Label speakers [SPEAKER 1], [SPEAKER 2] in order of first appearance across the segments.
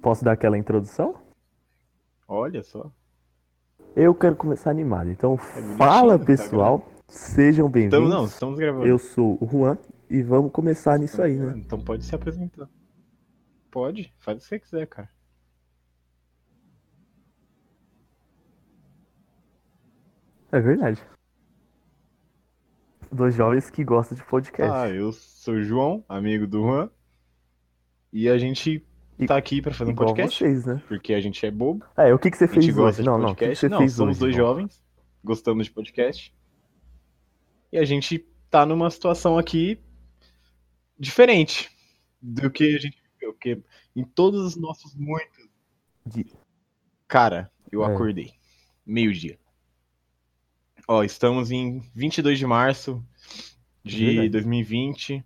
[SPEAKER 1] Posso dar aquela introdução?
[SPEAKER 2] Olha só.
[SPEAKER 1] Eu quero começar animado. Então,
[SPEAKER 2] É bonitinho,
[SPEAKER 1] fala
[SPEAKER 2] tá
[SPEAKER 1] pessoal, sejam
[SPEAKER 2] Então, não,
[SPEAKER 1] bem-vindos.
[SPEAKER 2] estamos gravando.
[SPEAKER 1] Eu sou o Juan e vamos começar nisso aí, né?
[SPEAKER 2] Então pode se apresentar. Pode, faz o que você quiser, cara.
[SPEAKER 1] É verdade. Dois jovens que gostam de podcast.
[SPEAKER 2] Ah, eu sou o João, amigo do Juan. E a gente
[SPEAKER 1] I-
[SPEAKER 2] tá aqui pra fazer um
[SPEAKER 1] Igual
[SPEAKER 2] podcast,
[SPEAKER 1] vocês, né?
[SPEAKER 2] porque a gente é bobo,
[SPEAKER 1] É, o que, que você
[SPEAKER 2] a gente
[SPEAKER 1] fez
[SPEAKER 2] gosta
[SPEAKER 1] hoje?
[SPEAKER 2] de
[SPEAKER 1] Não, não, o que, que
[SPEAKER 2] podcast.
[SPEAKER 1] você fez
[SPEAKER 2] somos
[SPEAKER 1] hoje,
[SPEAKER 2] dois
[SPEAKER 1] João?
[SPEAKER 2] jovens, gostamos de podcast. E a gente tá numa situação aqui diferente do que a gente viveu, porque em todos os nossos muitos.
[SPEAKER 1] De-
[SPEAKER 2] Cara, eu
[SPEAKER 1] É.
[SPEAKER 2] acordei. Meio-dia. Ó, estamos em 22 de março de
[SPEAKER 1] É Verdade.
[SPEAKER 2] 2020,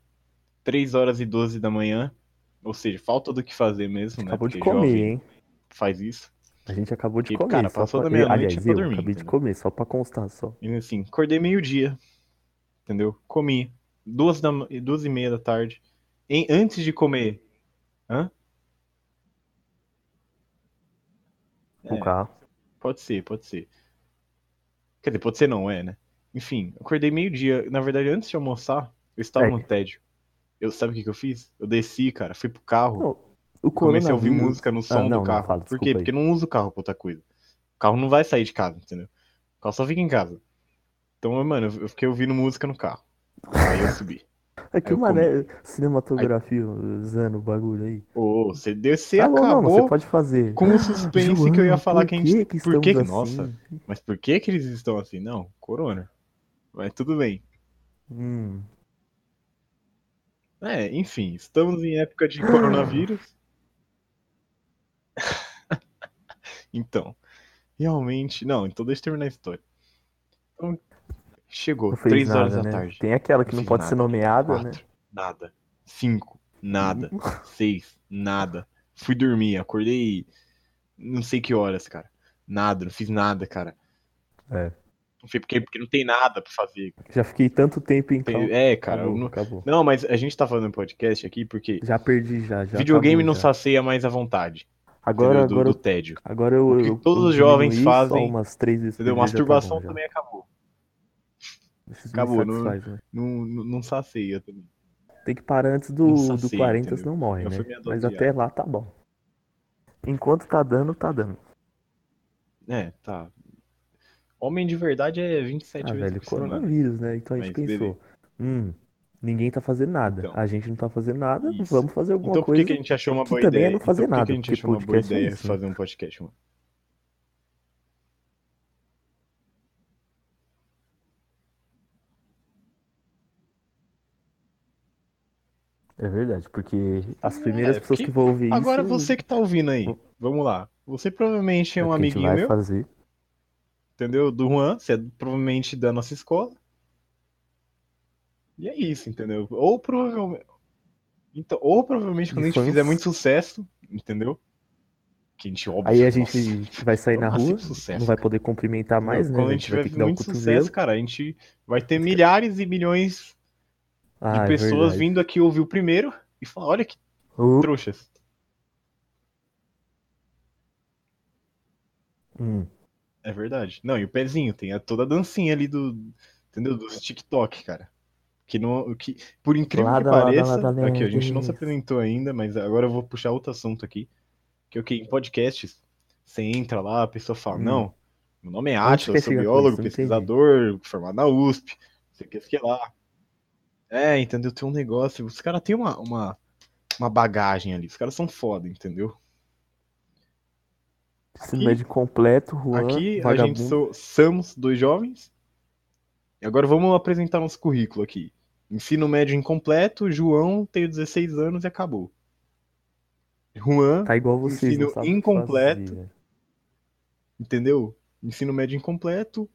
[SPEAKER 2] 3 horas e 12 da manhã. Ou seja, falta do que fazer mesmo, né?
[SPEAKER 1] Acabou de
[SPEAKER 2] Porque
[SPEAKER 1] comer,
[SPEAKER 2] jovem
[SPEAKER 1] hein?
[SPEAKER 2] Faz isso.
[SPEAKER 1] A gente acabou de
[SPEAKER 2] Porque,
[SPEAKER 1] comer.
[SPEAKER 2] cara,
[SPEAKER 1] só
[SPEAKER 2] passou
[SPEAKER 1] pra-
[SPEAKER 2] da meia-noite,
[SPEAKER 1] Aliás,
[SPEAKER 2] é pra
[SPEAKER 1] eu
[SPEAKER 2] dormir,
[SPEAKER 1] acabei de
[SPEAKER 2] entendeu?
[SPEAKER 1] comer, só pra constar, só.
[SPEAKER 2] E assim, acordei meio-dia. Entendeu? Comi. Duas, da, ma- duas e meia da tarde. Em, antes de comer.
[SPEAKER 1] O
[SPEAKER 2] É.
[SPEAKER 1] carro.
[SPEAKER 2] Pode ser, pode ser. Quer dizer, pode ser não, é, né? Enfim, acordei meio-dia. Na verdade, antes de almoçar, eu estava
[SPEAKER 1] É.
[SPEAKER 2] no tédio. Eu, sabe o que, que eu fiz? Eu desci, cara, fui pro carro,
[SPEAKER 1] Não, O
[SPEAKER 2] comecei a ouvir
[SPEAKER 1] coronavírus-
[SPEAKER 2] música no som
[SPEAKER 1] não, não
[SPEAKER 2] do carro.
[SPEAKER 1] fala,
[SPEAKER 2] Por
[SPEAKER 1] desculpa
[SPEAKER 2] quê?
[SPEAKER 1] aí.
[SPEAKER 2] Porque eu não uso o carro pra outra coisa. O carro não vai sair de casa, entendeu? O carro só fica em casa. Então, eu, mano, eu fiquei ouvindo música no carro. Aí eu subi.
[SPEAKER 1] É que
[SPEAKER 2] Aí eu
[SPEAKER 1] uma cinematografia usando o bagulho aí.
[SPEAKER 2] Ô, você desceu,
[SPEAKER 1] Tá bom,
[SPEAKER 2] acabou
[SPEAKER 1] não, você pode fazer.
[SPEAKER 2] com o suspense que eu ia
[SPEAKER 1] João,
[SPEAKER 2] falar
[SPEAKER 1] por
[SPEAKER 2] que a gente.
[SPEAKER 1] que
[SPEAKER 2] por que
[SPEAKER 1] estamos
[SPEAKER 2] que-
[SPEAKER 1] assim?
[SPEAKER 2] nossa. Mas por que que eles estão assim? Não, corona. Mas tudo bem.
[SPEAKER 1] Hum,
[SPEAKER 2] É, enfim, estamos em época de coronavírus. então, realmente. Não, então deixa eu terminar a história. Então, chegou,
[SPEAKER 1] não fez
[SPEAKER 2] três
[SPEAKER 1] nada,
[SPEAKER 2] horas da
[SPEAKER 1] né?
[SPEAKER 2] tarde. Ah.
[SPEAKER 1] Tem aquela que
[SPEAKER 2] Não
[SPEAKER 1] não
[SPEAKER 2] fiz
[SPEAKER 1] pode ser
[SPEAKER 2] nada.
[SPEAKER 1] nomeada,
[SPEAKER 2] Quatro,
[SPEAKER 1] né? Uhum.
[SPEAKER 2] nada. Cinco, nada. Seis, nada. Fui dormir, acordei não sei que horas, cara. Nada, não fiz nada, cara.
[SPEAKER 1] É.
[SPEAKER 2] Não sei porque, porque não tem nada pra fazer.
[SPEAKER 1] Já fiquei tanto tempo em
[SPEAKER 2] Tem-
[SPEAKER 1] casa.
[SPEAKER 2] é, cara. eu
[SPEAKER 1] acabou,
[SPEAKER 2] não...
[SPEAKER 1] acabou.
[SPEAKER 2] não, mas a gente tá fazendo podcast aqui porque
[SPEAKER 1] Já perdi, já. já
[SPEAKER 2] videogame
[SPEAKER 1] acabou,
[SPEAKER 2] não
[SPEAKER 1] já.
[SPEAKER 2] sacia mais à vontade.
[SPEAKER 1] Agora,
[SPEAKER 2] entendeu? Do-
[SPEAKER 1] agora,
[SPEAKER 2] do, tédio.
[SPEAKER 1] agora eu.
[SPEAKER 2] o que
[SPEAKER 1] eu-
[SPEAKER 2] todos
[SPEAKER 1] eu
[SPEAKER 2] os jovens
[SPEAKER 1] diminuí só
[SPEAKER 2] fazem,
[SPEAKER 1] Umas três vezes por
[SPEAKER 2] Entendeu?
[SPEAKER 1] dia já tá bom,
[SPEAKER 2] Masturbação
[SPEAKER 1] já.
[SPEAKER 2] também acabou.
[SPEAKER 1] Isso me
[SPEAKER 2] acabou, não-
[SPEAKER 1] satisfaz, né?
[SPEAKER 2] Não, não, não sacia também.
[SPEAKER 1] Tem que parar antes
[SPEAKER 2] não
[SPEAKER 1] do, do
[SPEAKER 2] sacia,
[SPEAKER 1] 40,
[SPEAKER 2] entendeu?
[SPEAKER 1] senão morre,
[SPEAKER 2] Já
[SPEAKER 1] né?
[SPEAKER 2] foi minha
[SPEAKER 1] Mas
[SPEAKER 2] doze
[SPEAKER 1] até lá tá bom. Enquanto tá dando, tá dando.
[SPEAKER 2] É, tá. Homem de verdade é 27
[SPEAKER 1] Ah,
[SPEAKER 2] vezes
[SPEAKER 1] velho,
[SPEAKER 2] por semana.
[SPEAKER 1] coronavírus, né? Então a gente
[SPEAKER 2] Mas,
[SPEAKER 1] pensou, hum, ninguém tá fazendo nada.
[SPEAKER 2] Então.
[SPEAKER 1] a gente não tá fazendo nada,
[SPEAKER 2] Isso.
[SPEAKER 1] vamos fazer alguma
[SPEAKER 2] Então por que,
[SPEAKER 1] coisa.
[SPEAKER 2] que a gente achou uma
[SPEAKER 1] que
[SPEAKER 2] boa
[SPEAKER 1] também é
[SPEAKER 2] ideia?
[SPEAKER 1] não fazer
[SPEAKER 2] então, por que
[SPEAKER 1] nada,
[SPEAKER 2] que a gente
[SPEAKER 1] porque
[SPEAKER 2] achou uma boa
[SPEAKER 1] podcast é
[SPEAKER 2] ideia
[SPEAKER 1] isso, né?
[SPEAKER 2] fazer um podcast, mano?
[SPEAKER 1] É verdade, porque as
[SPEAKER 2] É,
[SPEAKER 1] primeiras pessoas
[SPEAKER 2] porque
[SPEAKER 1] que vão ouvir
[SPEAKER 2] Agora
[SPEAKER 1] isso,
[SPEAKER 2] você que tá ouvindo aí,
[SPEAKER 1] Hum.
[SPEAKER 2] vamos lá. Você provavelmente é um
[SPEAKER 1] o que a gente
[SPEAKER 2] amiguinho
[SPEAKER 1] vai
[SPEAKER 2] meu,
[SPEAKER 1] fazer.
[SPEAKER 2] entendeu? Do Juan, você é provavelmente da nossa escola. E é isso, entendeu? Ou provavelmente. Então, ou provavelmente quando a gente
[SPEAKER 1] Infância.
[SPEAKER 2] fizer muito sucesso, entendeu? Que a gente óbvio.
[SPEAKER 1] Aí a
[SPEAKER 2] nossa,
[SPEAKER 1] gente vai sair
[SPEAKER 2] eu
[SPEAKER 1] na
[SPEAKER 2] nasci
[SPEAKER 1] rua,
[SPEAKER 2] pro sucesso,
[SPEAKER 1] não vai
[SPEAKER 2] cara.
[SPEAKER 1] poder cumprimentar mais, né?
[SPEAKER 2] Quando
[SPEAKER 1] A
[SPEAKER 2] a
[SPEAKER 1] gente
[SPEAKER 2] gente
[SPEAKER 1] vai
[SPEAKER 2] tiver
[SPEAKER 1] ter que dar um
[SPEAKER 2] muito
[SPEAKER 1] cotovelo.
[SPEAKER 2] sucesso, cara, a gente vai ter milhares e milhões de
[SPEAKER 1] Ah, é
[SPEAKER 2] pessoas
[SPEAKER 1] verdade.
[SPEAKER 2] vindo aqui ouvir o primeiro e falar: olha que
[SPEAKER 1] Oh,
[SPEAKER 2] trouxas.
[SPEAKER 1] hum.
[SPEAKER 2] É verdade. Não, e o pezinho, tem a, toda a dancinha ali do. Entendeu? Dos TikTok, cara. Que não. o Que, por incrível
[SPEAKER 1] Lá
[SPEAKER 2] que
[SPEAKER 1] da- lá da-
[SPEAKER 2] pareça.
[SPEAKER 1] lá da-
[SPEAKER 2] aqui, ó, a gente não se
[SPEAKER 1] isso.
[SPEAKER 2] apresentou ainda, mas agora eu vou puxar outro assunto aqui. Que é o que? Em podcasts, você entra lá, a pessoa fala,
[SPEAKER 1] Hum.
[SPEAKER 2] não, meu nome é
[SPEAKER 1] Onde
[SPEAKER 2] Átila, eu
[SPEAKER 1] quer
[SPEAKER 2] sou
[SPEAKER 1] chegar com
[SPEAKER 2] biólogo,
[SPEAKER 1] isso? Não entendi.
[SPEAKER 2] pesquisador, formado na USP, não sei o que, sei lá. É, entendeu? Tem um negócio. Os caras têm uma, uma, uma bagagem ali. Os caras são foda, entendeu?
[SPEAKER 1] Ensino
[SPEAKER 2] Aqui-
[SPEAKER 1] médio completo, Juan,
[SPEAKER 2] Aqui a
[SPEAKER 1] vagabundo.
[SPEAKER 2] gente so- somos dois jovens. E agora vamos apresentar nosso currículo aqui. Ensino médio incompleto, João tenho 16 anos e acabou. Juan,
[SPEAKER 1] Tá igual vocês,
[SPEAKER 2] um ensino
[SPEAKER 1] não sabe o que
[SPEAKER 2] incompleto.
[SPEAKER 1] fazer.
[SPEAKER 2] entendeu? Ensino médio incompleto,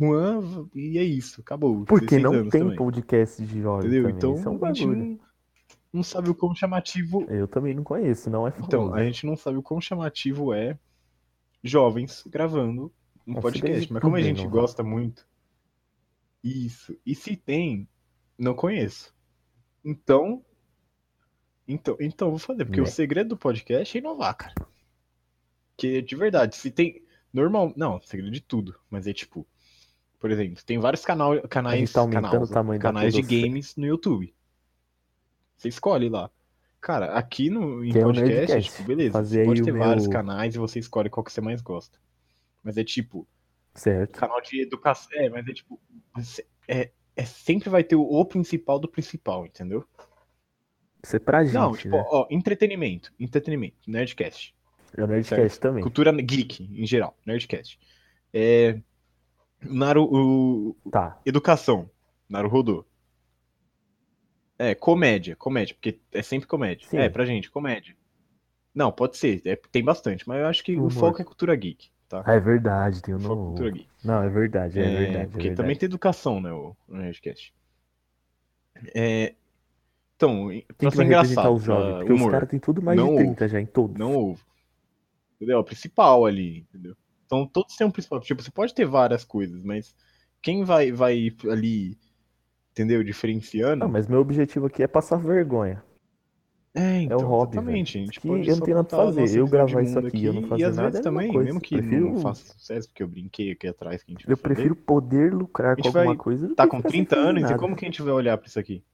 [SPEAKER 2] Juan, v- e é isso, acabou.
[SPEAKER 1] Porque
[SPEAKER 2] 16
[SPEAKER 1] não
[SPEAKER 2] anos
[SPEAKER 1] tem
[SPEAKER 2] também,
[SPEAKER 1] podcast de jovem
[SPEAKER 2] Entendeu?
[SPEAKER 1] também,
[SPEAKER 2] Então
[SPEAKER 1] isso é um
[SPEAKER 2] a gente
[SPEAKER 1] bagulho.
[SPEAKER 2] não, não sabe o quão chamativo.
[SPEAKER 1] Eu também não conheço, não é
[SPEAKER 2] Então,
[SPEAKER 1] famoso.
[SPEAKER 2] a gente não sabe o quão chamativo é jovens gravando um
[SPEAKER 1] Nossa,
[SPEAKER 2] podcast.
[SPEAKER 1] desde
[SPEAKER 2] Mas como a
[SPEAKER 1] tudo é
[SPEAKER 2] gente
[SPEAKER 1] inovador.
[SPEAKER 2] gosta muito, isso. E se tem, não conheço. Então, Então, então vou fazer, porque
[SPEAKER 1] Né?
[SPEAKER 2] o segredo do podcast é inovar, cara. Porque, de verdade, se tem. Normal. Não, segredo de tudo. Mas é tipo. Por exemplo, tem vários canal,
[SPEAKER 1] A
[SPEAKER 2] canais.
[SPEAKER 1] gente tá aumentando
[SPEAKER 2] canais,
[SPEAKER 1] o tamanho da
[SPEAKER 2] canais de
[SPEAKER 1] podosfera.
[SPEAKER 2] games no YouTube. Você escolhe lá. Cara, aqui no em
[SPEAKER 1] Que é o
[SPEAKER 2] podcast,
[SPEAKER 1] Nerdcast.
[SPEAKER 2] tipo, beleza.
[SPEAKER 1] Fazer
[SPEAKER 2] você
[SPEAKER 1] aí
[SPEAKER 2] pode
[SPEAKER 1] o
[SPEAKER 2] ter vários
[SPEAKER 1] meu-
[SPEAKER 2] canais e você escolhe qual que você mais gosta. Mas é tipo,
[SPEAKER 1] Certo.
[SPEAKER 2] canal de educação. É, mas é tipo. É, é, sempre vai ter o, o principal do principal, entendeu?
[SPEAKER 1] Isso é pra gente,
[SPEAKER 2] Não, tipo,
[SPEAKER 1] né?
[SPEAKER 2] ó, entretenimento. Entretenimento, Nerdcast.
[SPEAKER 1] É o Nerdcast também.
[SPEAKER 2] Cultura geek, em geral, Nerdcast. É, Naru, o,
[SPEAKER 1] Tá.
[SPEAKER 2] educação, Naruhodô. É, comédia, comédia, porque é sempre comédia.
[SPEAKER 1] Sim.
[SPEAKER 2] É, pra gente, comédia. Não, pode ser, é, tem bastante, mas eu acho que o
[SPEAKER 1] Humor.
[SPEAKER 2] foco é cultura geek, tá?
[SPEAKER 1] Ah, é verdade, tem o
[SPEAKER 2] O foco é
[SPEAKER 1] novo.
[SPEAKER 2] cultura geek.
[SPEAKER 1] Não, é verdade, é,
[SPEAKER 2] É,
[SPEAKER 1] verdade. é
[SPEAKER 2] Porque
[SPEAKER 1] verdade.
[SPEAKER 2] também tem educação, né, o o Nerdcast. É, então,
[SPEAKER 1] Quem
[SPEAKER 2] pra
[SPEAKER 1] que
[SPEAKER 2] ser
[SPEAKER 1] vai representar
[SPEAKER 2] engraçado,
[SPEAKER 1] os jovens?
[SPEAKER 2] pra
[SPEAKER 1] Porque os
[SPEAKER 2] humor.
[SPEAKER 1] caras têm tudo mais
[SPEAKER 2] Não
[SPEAKER 1] de 30 já em todos.
[SPEAKER 2] não ovo. Entendeu? É o principal ali, entendeu? Então todos têm um principal. Tipo, você pode ter várias coisas, mas quem vai, vai ali, entendeu? Diferenciando.
[SPEAKER 1] Não, mas meu objetivo aqui é passar vergonha.
[SPEAKER 2] É, então,
[SPEAKER 1] é o hobby,
[SPEAKER 2] Exatamente. A
[SPEAKER 1] velho.
[SPEAKER 2] gente
[SPEAKER 1] Que
[SPEAKER 2] pode
[SPEAKER 1] eu não
[SPEAKER 2] só
[SPEAKER 1] tenho nada pra
[SPEAKER 2] botar a
[SPEAKER 1] fazer.
[SPEAKER 2] nossa
[SPEAKER 1] Eu
[SPEAKER 2] visão de
[SPEAKER 1] gravar isso
[SPEAKER 2] mundo
[SPEAKER 1] aqui, eu não
[SPEAKER 2] E
[SPEAKER 1] fazer
[SPEAKER 2] às vezes
[SPEAKER 1] nada é uma
[SPEAKER 2] também,
[SPEAKER 1] coisa.
[SPEAKER 2] mesmo que não
[SPEAKER 1] Prefiro-
[SPEAKER 2] faça sucesso, porque eu brinquei aqui atrás que a gente
[SPEAKER 1] Eu
[SPEAKER 2] vai fazer,
[SPEAKER 1] prefiro poder
[SPEAKER 2] A
[SPEAKER 1] lucrar com
[SPEAKER 2] gente
[SPEAKER 1] alguma
[SPEAKER 2] vai
[SPEAKER 1] coisa. do
[SPEAKER 2] Tá
[SPEAKER 1] que
[SPEAKER 2] com
[SPEAKER 1] ficar sem
[SPEAKER 2] 30
[SPEAKER 1] fazer
[SPEAKER 2] anos, e
[SPEAKER 1] nada.
[SPEAKER 2] como que é? a gente vai olhar pra isso aqui?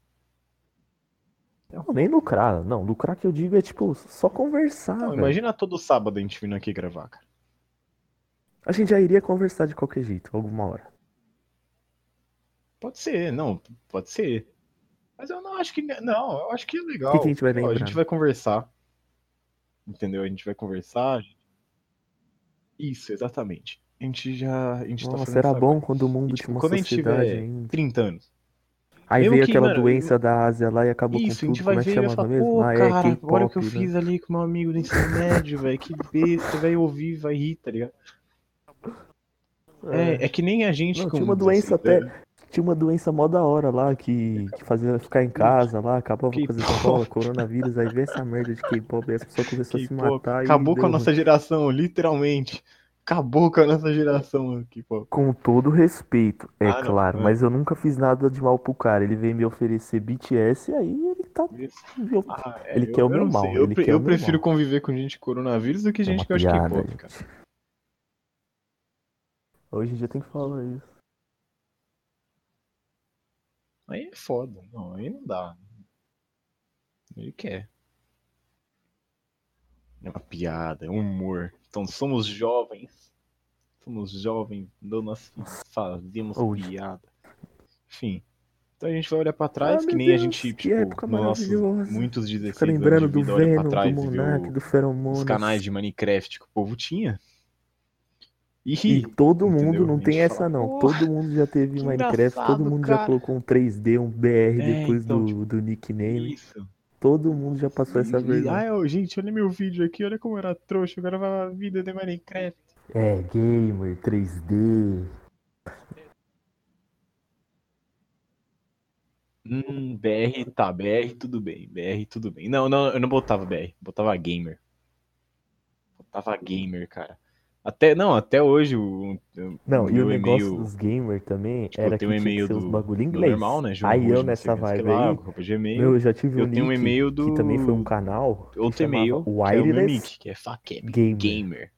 [SPEAKER 1] Não, nem lucrar. Não, lucrar que eu digo é tipo só conversar.
[SPEAKER 2] Não,
[SPEAKER 1] Ah, velho.
[SPEAKER 2] imagina todo sábado a gente vindo aqui gravar, cara.
[SPEAKER 1] A gente já iria conversar de qualquer jeito, alguma hora.
[SPEAKER 2] Pode ser, não, pode ser. Mas eu não acho que. Não, eu acho que é legal.
[SPEAKER 1] O que, que a gente vai
[SPEAKER 2] Ó, a
[SPEAKER 1] lembrar?
[SPEAKER 2] gente vai conversar. Entendeu? A gente vai conversar. Isso, exatamente. A gente já. A gente tá
[SPEAKER 1] Nossa,
[SPEAKER 2] fazendo
[SPEAKER 1] era
[SPEAKER 2] essa-
[SPEAKER 1] bom quando o mundo
[SPEAKER 2] E,
[SPEAKER 1] tinha
[SPEAKER 2] tipo,
[SPEAKER 1] uma
[SPEAKER 2] quando a gente
[SPEAKER 1] sociedade
[SPEAKER 2] tiver
[SPEAKER 1] ainda.
[SPEAKER 2] 30 anos.
[SPEAKER 1] Aí
[SPEAKER 2] mesmo
[SPEAKER 1] veio
[SPEAKER 2] que,
[SPEAKER 1] aquela
[SPEAKER 2] mano,
[SPEAKER 1] doença da Ásia lá e acabou
[SPEAKER 2] Isso,
[SPEAKER 1] com
[SPEAKER 2] a gente
[SPEAKER 1] tudo.
[SPEAKER 2] vai
[SPEAKER 1] Como é que
[SPEAKER 2] ver e vai
[SPEAKER 1] chamava
[SPEAKER 2] falar,
[SPEAKER 1] mesmo?
[SPEAKER 2] pô,
[SPEAKER 1] ah, é
[SPEAKER 2] cara, olha o que eu
[SPEAKER 1] K-pop, né?
[SPEAKER 2] fiz ali com meu amigo do ensino médio, velho. Que besta, vai ouvir, vai rir, tá ligado? É, é que nem a gente.
[SPEAKER 1] Não,
[SPEAKER 2] com
[SPEAKER 1] tinha uma doença
[SPEAKER 2] 16
[SPEAKER 1] até.
[SPEAKER 2] anos,
[SPEAKER 1] né? Tinha uma doença mó da hora lá que, que fazia ficar em casa lá, acabava
[SPEAKER 2] Que
[SPEAKER 1] com as escolas, coronavírus, aí veio essa merda de K-pop, aí as pessoas começaram a se
[SPEAKER 2] K-pop.
[SPEAKER 1] matar. e
[SPEAKER 2] Acabou com
[SPEAKER 1] deu
[SPEAKER 2] a
[SPEAKER 1] ruim.
[SPEAKER 2] nossa geração, literalmente. Acabou com a nossa geração aqui, pô.
[SPEAKER 1] Com todo respeito, é
[SPEAKER 2] Ah, não,
[SPEAKER 1] claro,
[SPEAKER 2] é.
[SPEAKER 1] mas eu nunca fiz nada de mal pro cara. Ele veio me oferecer BTS e aí ele tá. eu-
[SPEAKER 2] Ah, é,
[SPEAKER 1] Ele
[SPEAKER 2] eu-
[SPEAKER 1] quer o
[SPEAKER 2] eu
[SPEAKER 1] meu
[SPEAKER 2] não sei.
[SPEAKER 1] mal,
[SPEAKER 2] Eu,
[SPEAKER 1] ele
[SPEAKER 2] pre-
[SPEAKER 1] quer
[SPEAKER 2] eu
[SPEAKER 1] o meu
[SPEAKER 2] prefiro
[SPEAKER 1] mal.
[SPEAKER 2] conviver com gente de coronavírus do que
[SPEAKER 1] É
[SPEAKER 2] gente
[SPEAKER 1] uma
[SPEAKER 2] que gosta de
[SPEAKER 1] piada,
[SPEAKER 2] K-pop, cara.
[SPEAKER 1] gente. Hoje em dia tem que falar isso.
[SPEAKER 2] Aí é foda. Não, aí não dá. Ele quer. É uma piada, é um humor. Então somos jovens. Somos jovens, então nós fazemos
[SPEAKER 1] Old.
[SPEAKER 2] piada. Enfim. Então a gente vai olhar pra
[SPEAKER 1] Ah,
[SPEAKER 2] trás, que
[SPEAKER 1] meu
[SPEAKER 2] nem a
[SPEAKER 1] Deus,
[SPEAKER 2] gente,
[SPEAKER 1] que
[SPEAKER 2] tipo,
[SPEAKER 1] época
[SPEAKER 2] no nossos
[SPEAKER 1] maravilhosa.
[SPEAKER 2] muitos 16
[SPEAKER 1] Fica lembrando
[SPEAKER 2] anos
[SPEAKER 1] do
[SPEAKER 2] de vida, olha pra
[SPEAKER 1] Venom, do
[SPEAKER 2] trás e vê
[SPEAKER 1] Monark,
[SPEAKER 2] o-
[SPEAKER 1] do
[SPEAKER 2] os
[SPEAKER 1] Feromonas.
[SPEAKER 2] canais de Minecraft que o povo tinha. E
[SPEAKER 1] E
[SPEAKER 2] ri.
[SPEAKER 1] todo mundo,
[SPEAKER 2] entendeu?
[SPEAKER 1] não
[SPEAKER 2] A gente
[SPEAKER 1] tem
[SPEAKER 2] fala,
[SPEAKER 1] essa não.
[SPEAKER 2] "Porra,
[SPEAKER 1] Todo mundo já teve
[SPEAKER 2] que
[SPEAKER 1] Minecraft, todo
[SPEAKER 2] engraçado,
[SPEAKER 1] mundo
[SPEAKER 2] cara."
[SPEAKER 1] já colocou um 3D, um BR
[SPEAKER 2] É,
[SPEAKER 1] depois
[SPEAKER 2] então,
[SPEAKER 1] do,
[SPEAKER 2] tipo,
[SPEAKER 1] do nickname.
[SPEAKER 2] Isso.
[SPEAKER 1] Todo mundo já passou essa
[SPEAKER 2] E- e-
[SPEAKER 1] vergonha.
[SPEAKER 2] Ah, eu- gente, olha meu vídeo aqui, olha como eu era trouxa, eu gravava a vida de Minecraft.
[SPEAKER 1] É, gamer, 3D.
[SPEAKER 2] Hum, BR, tá, BR tudo bem, BR tudo bem. Não, não, eu não botava BR, botava gamer. Botava gamer, cara. Até, não, até hoje o, o
[SPEAKER 1] Não, e
[SPEAKER 2] meu
[SPEAKER 1] o negócio
[SPEAKER 2] e-mail
[SPEAKER 1] dos gamer também
[SPEAKER 2] Tipo,
[SPEAKER 1] era que
[SPEAKER 2] eu tenho um
[SPEAKER 1] tinha que
[SPEAKER 2] e-mail
[SPEAKER 1] ser uns
[SPEAKER 2] do-
[SPEAKER 1] bagulho em
[SPEAKER 2] do
[SPEAKER 1] inglês.
[SPEAKER 2] normal, né? João
[SPEAKER 1] Aí eu
[SPEAKER 2] Rude, não
[SPEAKER 1] nessa
[SPEAKER 2] sei o que, não sei o que
[SPEAKER 1] vibe
[SPEAKER 2] lá,
[SPEAKER 1] aí,
[SPEAKER 2] roupa de e-mail.
[SPEAKER 1] meu, eu já tive um
[SPEAKER 2] Eu tenho um
[SPEAKER 1] nick
[SPEAKER 2] e-mail do
[SPEAKER 1] que também foi um canal que
[SPEAKER 2] outro
[SPEAKER 1] chamava
[SPEAKER 2] e-mail, que é o meu
[SPEAKER 1] Wireless
[SPEAKER 2] nick, que é Fakeb,
[SPEAKER 1] Gamer.
[SPEAKER 2] gamer.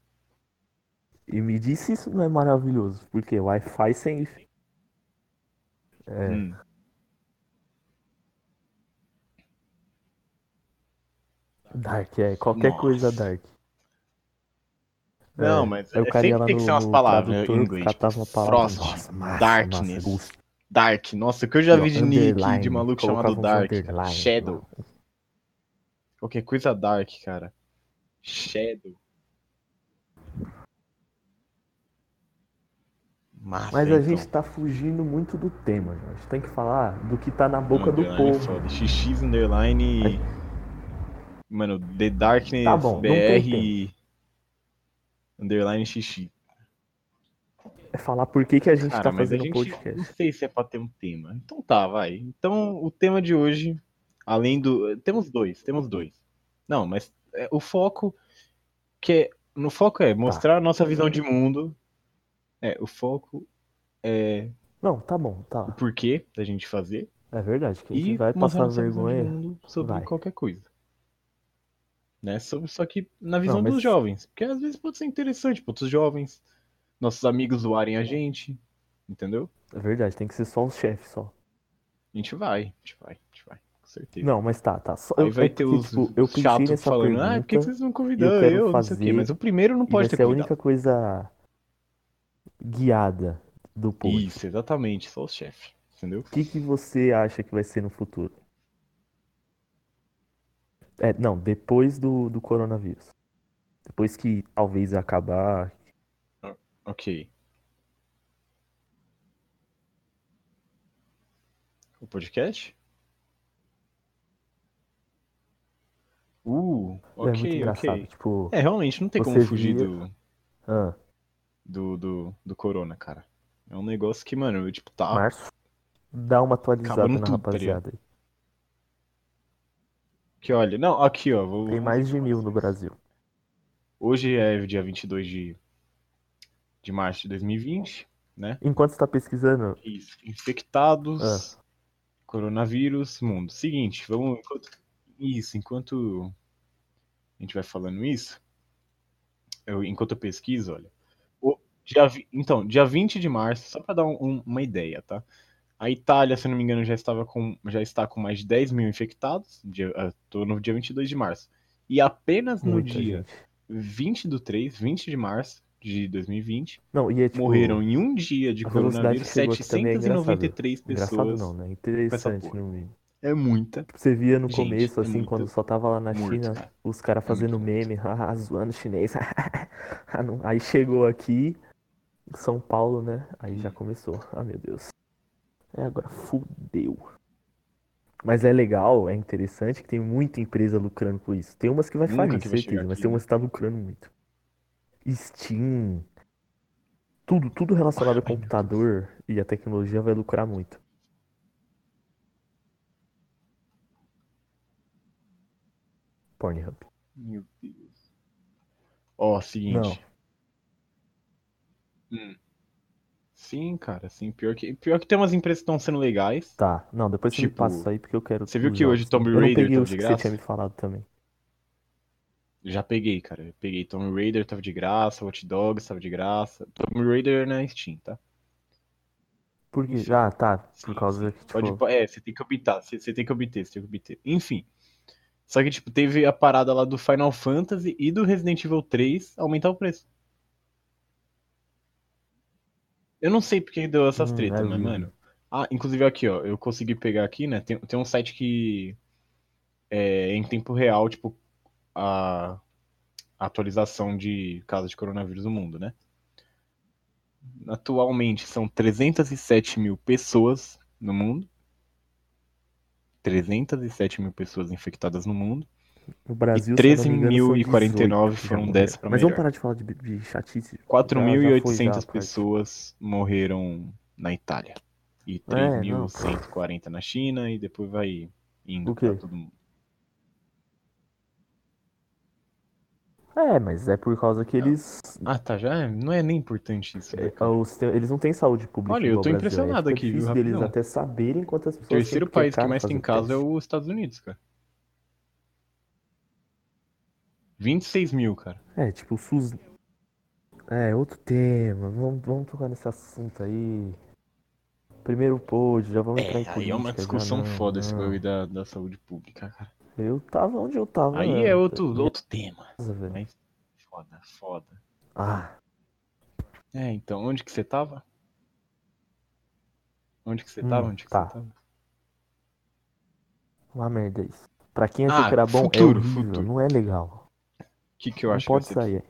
[SPEAKER 1] E me disse isso não é maravilhoso, porque Wi-Fi sem É.
[SPEAKER 2] Hum.
[SPEAKER 1] Dark, é qualquer
[SPEAKER 2] Nossa.
[SPEAKER 1] coisa dark.
[SPEAKER 2] Não,
[SPEAKER 1] É,
[SPEAKER 2] mas
[SPEAKER 1] aí o
[SPEAKER 2] é-
[SPEAKER 1] cara ia
[SPEAKER 2] sempre
[SPEAKER 1] lá
[SPEAKER 2] tem que ser
[SPEAKER 1] no-
[SPEAKER 2] umas
[SPEAKER 1] no
[SPEAKER 2] palavras em
[SPEAKER 1] tradutor,
[SPEAKER 2] inglês.
[SPEAKER 1] catava
[SPEAKER 2] tipo,
[SPEAKER 1] uma palavra,
[SPEAKER 2] Frost,
[SPEAKER 1] nossa, massa,
[SPEAKER 2] Darkness,
[SPEAKER 1] massa, gosto.
[SPEAKER 2] Dark. Nossa, o que eu né? já
[SPEAKER 1] Ó,
[SPEAKER 2] vi de nick de
[SPEAKER 1] underline,
[SPEAKER 2] maluco
[SPEAKER 1] colocava
[SPEAKER 2] chamado
[SPEAKER 1] uns
[SPEAKER 2] Dark. cara.
[SPEAKER 1] underline
[SPEAKER 2] Shadow.
[SPEAKER 1] lá.
[SPEAKER 2] Qualquer coisa Dark, cara. Shadow. Massa,
[SPEAKER 1] Mas a
[SPEAKER 2] então.
[SPEAKER 1] gente tá fugindo muito do tema, Jorge. a gente tem que falar do que tá na boca do
[SPEAKER 2] Underline
[SPEAKER 1] povo.
[SPEAKER 2] foda. XX underline. Mano, The Darkness
[SPEAKER 1] Tá bom, não tem
[SPEAKER 2] BR. Underline XX.
[SPEAKER 1] É falar por que, que a gente
[SPEAKER 2] Cara,
[SPEAKER 1] tá
[SPEAKER 2] mas a
[SPEAKER 1] fazendo
[SPEAKER 2] gente não
[SPEAKER 1] podcast.
[SPEAKER 2] sei se é pra ter um tema. Então tá, vai. Então o tema de hoje, além do. Temos dois, temos dois. Não, mas é, o foco que é. No foco
[SPEAKER 1] Tá.
[SPEAKER 2] é mostrar a nossa visão de mundo. É, o foco é
[SPEAKER 1] Não, tá bom,
[SPEAKER 2] o
[SPEAKER 1] tá.
[SPEAKER 2] porquê da gente fazer.
[SPEAKER 1] É verdade, que a gente
[SPEAKER 2] E
[SPEAKER 1] vai
[SPEAKER 2] mostrar
[SPEAKER 1] passar
[SPEAKER 2] nossa visão de
[SPEAKER 1] vergonha.
[SPEAKER 2] mundo sobre
[SPEAKER 1] Vai.
[SPEAKER 2] qualquer coisa. né? Sobre, só que na visão
[SPEAKER 1] mas-
[SPEAKER 2] dos jovens. Porque às vezes pode ser interessante para outros jovens, nossos amigos zoarem a gente, entendeu?
[SPEAKER 1] É verdade, tem que ser só os chefes só.
[SPEAKER 2] A gente vai, a gente vai, a gente vai, com certeza.
[SPEAKER 1] Não, mas tá, tá. Só,
[SPEAKER 2] Aí
[SPEAKER 1] eu-
[SPEAKER 2] vai
[SPEAKER 1] é
[SPEAKER 2] ter
[SPEAKER 1] porque,
[SPEAKER 2] os
[SPEAKER 1] tipo, eu pensei
[SPEAKER 2] chatos
[SPEAKER 1] nessa
[SPEAKER 2] falando,
[SPEAKER 1] pergunta,
[SPEAKER 2] ah, por que que vocês não convidaram
[SPEAKER 1] eu
[SPEAKER 2] eu,
[SPEAKER 1] quero
[SPEAKER 2] não sei o quê.
[SPEAKER 1] fazer,
[SPEAKER 2] Mas o primeiro não
[SPEAKER 1] e
[SPEAKER 2] pode
[SPEAKER 1] vai
[SPEAKER 2] ter
[SPEAKER 1] ser a
[SPEAKER 2] convidado.
[SPEAKER 1] única coisa guiada do post.
[SPEAKER 2] Isso, exatamente, só o chefe, entendeu?
[SPEAKER 1] O que, que você acha que vai ser no futuro? É, não, depois do, do coronavírus. Depois que talvez acabar. é
[SPEAKER 2] Ok. O podcast? Uh,
[SPEAKER 1] é muito
[SPEAKER 2] ok,
[SPEAKER 1] engraçado.
[SPEAKER 2] ok.
[SPEAKER 1] Tipo,
[SPEAKER 2] É, realmente não tem como
[SPEAKER 1] Você
[SPEAKER 2] fugir
[SPEAKER 1] via-
[SPEAKER 2] do,
[SPEAKER 1] ah,
[SPEAKER 2] do, do, do corona, cara. É um negócio que, mano, eu, tipo, tá.
[SPEAKER 1] março. Dá uma atualizada
[SPEAKER 2] acabando
[SPEAKER 1] na
[SPEAKER 2] tudo, tá ligado?
[SPEAKER 1] rapaziada. aí.
[SPEAKER 2] Que olha, não, aqui, ó. Vou,
[SPEAKER 1] Tem mais de mil no Brasil.
[SPEAKER 2] Hoje é dia 22 de, de março de 2020, né?
[SPEAKER 1] Enquanto você tá pesquisando,
[SPEAKER 2] Isso. Infectados,
[SPEAKER 1] Ah.
[SPEAKER 2] coronavírus, mundo. Seguinte, vamos. enquanto- isso, enquanto a gente vai falando isso, eu- enquanto eu pesquiso, olha. o- dia vi- então, dia 20 de março, só para dar um- um- uma ideia, tá? A Itália, se eu não me engano, já, estava com, já está com mais de 10 mil infectados. Dia, ah, tô no dia 22 de março. E apenas no
[SPEAKER 1] muita
[SPEAKER 2] dia
[SPEAKER 1] gente.
[SPEAKER 2] 20 do 3, 20 de março de 2020,
[SPEAKER 1] Não, e é tipo.
[SPEAKER 2] Morreram em um dia de
[SPEAKER 1] a velocidade
[SPEAKER 2] coronavírus
[SPEAKER 1] que chegou aqui também é engraçado.
[SPEAKER 2] 793
[SPEAKER 1] Engraçado
[SPEAKER 2] pessoas.
[SPEAKER 1] não, né? Interessante
[SPEAKER 2] porra.
[SPEAKER 1] no mínimo.
[SPEAKER 2] É muita.
[SPEAKER 1] Tipo, Você via no
[SPEAKER 2] Gente,
[SPEAKER 1] começo,
[SPEAKER 2] é
[SPEAKER 1] assim,
[SPEAKER 2] muita-
[SPEAKER 1] quando só tava lá na
[SPEAKER 2] muito,
[SPEAKER 1] China,
[SPEAKER 2] cara.
[SPEAKER 1] os caras fazendo
[SPEAKER 2] muito, muito.
[SPEAKER 1] meme, haha, zoando chinês. Ah, não. Aí chegou aqui, São Paulo, né? Aí já
[SPEAKER 2] Hum.
[SPEAKER 1] começou. Ah, meu Deus. É, agora fudeu. Mas é legal, é interessante que tem muita empresa lucrando com isso. Tem umas que vai
[SPEAKER 2] Nunca
[SPEAKER 1] falir,
[SPEAKER 2] que vai
[SPEAKER 1] certeza,
[SPEAKER 2] chegar
[SPEAKER 1] mas
[SPEAKER 2] aqui, né?
[SPEAKER 1] tem umas que tá lucrando muito. Steam, tudo, tudo relacionado ao
[SPEAKER 2] Ai, meu
[SPEAKER 1] computador e a tecnologia vai lucrar muito. Pornhub.
[SPEAKER 2] Meu Deus. Ó, seguinte.
[SPEAKER 1] Não.
[SPEAKER 2] Hum. Sim, cara, sim. Pior que, pior que tem umas empresas que estão sendo legais.
[SPEAKER 1] Tá, não, depois você me
[SPEAKER 2] Tipo,
[SPEAKER 1] passa isso aí porque eu quero
[SPEAKER 2] você viu
[SPEAKER 1] os
[SPEAKER 2] que hoje
[SPEAKER 1] jogos.
[SPEAKER 2] Tomb
[SPEAKER 1] Eu não
[SPEAKER 2] Raider
[SPEAKER 1] peguei
[SPEAKER 2] tá
[SPEAKER 1] os
[SPEAKER 2] de
[SPEAKER 1] que você
[SPEAKER 2] graça?
[SPEAKER 1] tinha me falado também.
[SPEAKER 2] Já peguei, cara. Eu peguei Tomb Raider, tava de graça. Watch Dogs, tava de graça. Tomb Raider na Steam, tá?
[SPEAKER 1] Porque,
[SPEAKER 2] Enfim.
[SPEAKER 1] ah, tá, por
[SPEAKER 2] Sim,
[SPEAKER 1] causa que,
[SPEAKER 2] Pode,
[SPEAKER 1] tipo,
[SPEAKER 2] é, você tem que obter, você, você tem que obter, você tem que obter. Enfim. Só que, tipo, teve a parada lá do Final Fantasy e do Resident Evil 3 aumentar o preço. Eu não sei porque deu essas
[SPEAKER 1] Hum,
[SPEAKER 2] tretas,
[SPEAKER 1] é
[SPEAKER 2] mas,
[SPEAKER 1] mesmo.
[SPEAKER 2] mano. Ah, inclusive aqui, ó, eu consegui pegar aqui, né? Tem, tem um site que é em tempo real, tipo, a, a atualização de casos de coronavírus no mundo, né? Atualmente são 307 mil pessoas no mundo. 307 mil pessoas infectadas no mundo.
[SPEAKER 1] no Brasil,
[SPEAKER 2] e
[SPEAKER 1] se eu não me engano, são
[SPEAKER 2] 13.049
[SPEAKER 1] 18 que já
[SPEAKER 2] foram
[SPEAKER 1] morreram.
[SPEAKER 2] 10 pra
[SPEAKER 1] Mas vamos
[SPEAKER 2] melhor.
[SPEAKER 1] parar de falar de, de chatice.
[SPEAKER 2] 4.800
[SPEAKER 1] parte.
[SPEAKER 2] pessoas morreram na Itália. E
[SPEAKER 1] É,
[SPEAKER 2] 3.140 na China, e depois vai indo
[SPEAKER 1] O quê?
[SPEAKER 2] pra todo mundo.
[SPEAKER 1] É, mas é por causa que eles,
[SPEAKER 2] Ah, tá, já é- não é nem importante isso, né,
[SPEAKER 1] é,
[SPEAKER 2] cara?
[SPEAKER 1] o sistema- eles não têm saúde pública
[SPEAKER 2] Olha, eu
[SPEAKER 1] igual
[SPEAKER 2] tô
[SPEAKER 1] o Brasil, aí
[SPEAKER 2] impressionado
[SPEAKER 1] fica
[SPEAKER 2] aqui, viu,
[SPEAKER 1] difícil deles
[SPEAKER 2] rapidão.
[SPEAKER 1] até saberem quantas
[SPEAKER 2] O
[SPEAKER 1] pessoas têm,
[SPEAKER 2] terceiro
[SPEAKER 1] porque é
[SPEAKER 2] país que
[SPEAKER 1] caro
[SPEAKER 2] mais tem
[SPEAKER 1] fazer o
[SPEAKER 2] caso é
[SPEAKER 1] teste.
[SPEAKER 2] os Estados Unidos, cara. 26 mil, cara.
[SPEAKER 1] É, tipo, o SUS... É, outro tema, vamos, vamos tocar nesse assunto aí. Primeiro pod, já vamos entrar em
[SPEAKER 2] aí é uma
[SPEAKER 1] política, já
[SPEAKER 2] discussão
[SPEAKER 1] não,
[SPEAKER 2] foda esse
[SPEAKER 1] não.
[SPEAKER 2] bagulho da, da saúde pública, cara.
[SPEAKER 1] Eu tava onde eu tava.
[SPEAKER 2] Aí
[SPEAKER 1] né?
[SPEAKER 2] é outro, outro tema.
[SPEAKER 1] Nossa, velho.
[SPEAKER 2] Mas foda, foda.
[SPEAKER 1] Ah,
[SPEAKER 2] É, então, onde que você tava? Onde que você
[SPEAKER 1] Hum,
[SPEAKER 2] tava? Onde que
[SPEAKER 1] tá.
[SPEAKER 2] você tava?
[SPEAKER 1] uma merda isso. Pra quem achou
[SPEAKER 2] Ah,
[SPEAKER 1] que era bom,
[SPEAKER 2] futuro,
[SPEAKER 1] é horrível,
[SPEAKER 2] futuro.
[SPEAKER 1] não é legal.
[SPEAKER 2] O que que eu
[SPEAKER 1] não
[SPEAKER 2] acho
[SPEAKER 1] pode
[SPEAKER 2] que vai ser?
[SPEAKER 1] sair.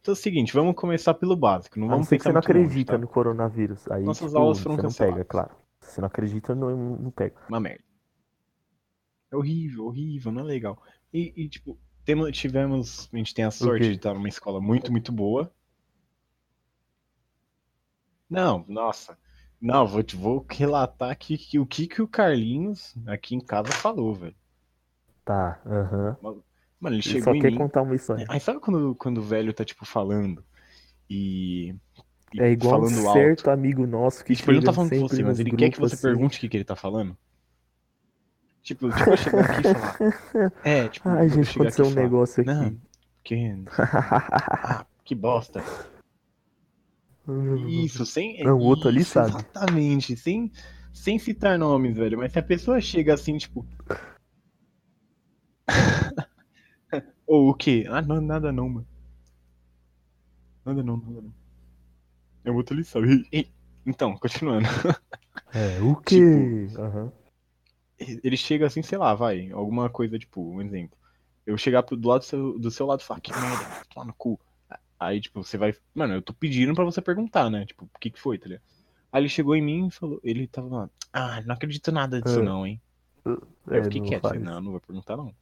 [SPEAKER 2] Então é o seguinte, vamos começar pelo básico. Não
[SPEAKER 1] A não
[SPEAKER 2] vamos
[SPEAKER 1] ser que
[SPEAKER 2] pensar
[SPEAKER 1] você não
[SPEAKER 2] muito longe,
[SPEAKER 1] acredita né?
[SPEAKER 2] tá?
[SPEAKER 1] no coronavírus. Aí
[SPEAKER 2] Nossas
[SPEAKER 1] tipo,
[SPEAKER 2] aulas
[SPEAKER 1] você
[SPEAKER 2] foram
[SPEAKER 1] não
[SPEAKER 2] canceladas.
[SPEAKER 1] pega, claro. Se você não acredita, não, não pega.
[SPEAKER 2] Uma merda. É horrível, horrível, não é legal. E, e, tipo, temos, tivemos. A gente tem a sorte
[SPEAKER 1] quê?
[SPEAKER 2] de estar numa escola muito, muito boa. Não, nossa. Não, vou, te- vou relatar aqui que- o que, que o Carlinhos aqui em casa falou, velho.
[SPEAKER 1] Tá, aham.
[SPEAKER 2] Mano,
[SPEAKER 1] Ele
[SPEAKER 2] ele chegou
[SPEAKER 1] Só
[SPEAKER 2] em
[SPEAKER 1] quer
[SPEAKER 2] mim.
[SPEAKER 1] contar uma história.
[SPEAKER 2] É. Aí sabe quando, quando o velho tá, tipo, falando e. e
[SPEAKER 1] É igual um
[SPEAKER 2] falando alto?
[SPEAKER 1] certo amigo nosso que
[SPEAKER 2] E, tipo, ele não tá
[SPEAKER 1] chega
[SPEAKER 2] falando com
[SPEAKER 1] sempre
[SPEAKER 2] você, mas
[SPEAKER 1] nos assim.
[SPEAKER 2] ele quer que
[SPEAKER 1] grupos,
[SPEAKER 2] você
[SPEAKER 1] assim,
[SPEAKER 2] pergunte o que, que ele tá falando. Tipo, tipo eu chegar aqui e falar. É, tipo,
[SPEAKER 1] Ai,
[SPEAKER 2] eu
[SPEAKER 1] gente,
[SPEAKER 2] chegar
[SPEAKER 1] aconteceu
[SPEAKER 2] aqui
[SPEAKER 1] um
[SPEAKER 2] e falar,
[SPEAKER 1] negócio aqui.
[SPEAKER 2] Não, que, ah, que bosta. Isso, sem.
[SPEAKER 1] Não, É o outro ali
[SPEAKER 2] Isso,
[SPEAKER 1] sabe.
[SPEAKER 2] Exatamente, sem, sem citar nomes, velho. Mas se a pessoa chega assim, tipo. Ou o quê? Ah, não, nada não, mano. Nada não, nada não. É o outro ali sabe. E- e- Então, continuando.
[SPEAKER 1] É,
[SPEAKER 2] Tipo,
[SPEAKER 1] o quê? Aham.
[SPEAKER 2] Ele chega assim, sei lá, vai. Alguma coisa, tipo, um exemplo. Eu chegar pro, do, lado do seu, do seu lado e falar, que merda, vai tomar no cu. Aí, tipo, você vai. Mano, eu tô pedindo pra você perguntar, né? Tipo, o que que foi, tá ligado? Aí ele chegou em mim e falou, ele tava lá, ah, não acredito nada disso
[SPEAKER 1] Ah.
[SPEAKER 2] não, hein? Aí
[SPEAKER 1] É,
[SPEAKER 2] eu fiquei
[SPEAKER 1] não
[SPEAKER 2] quieto,
[SPEAKER 1] faz.
[SPEAKER 2] falei, não, não vou perguntar não.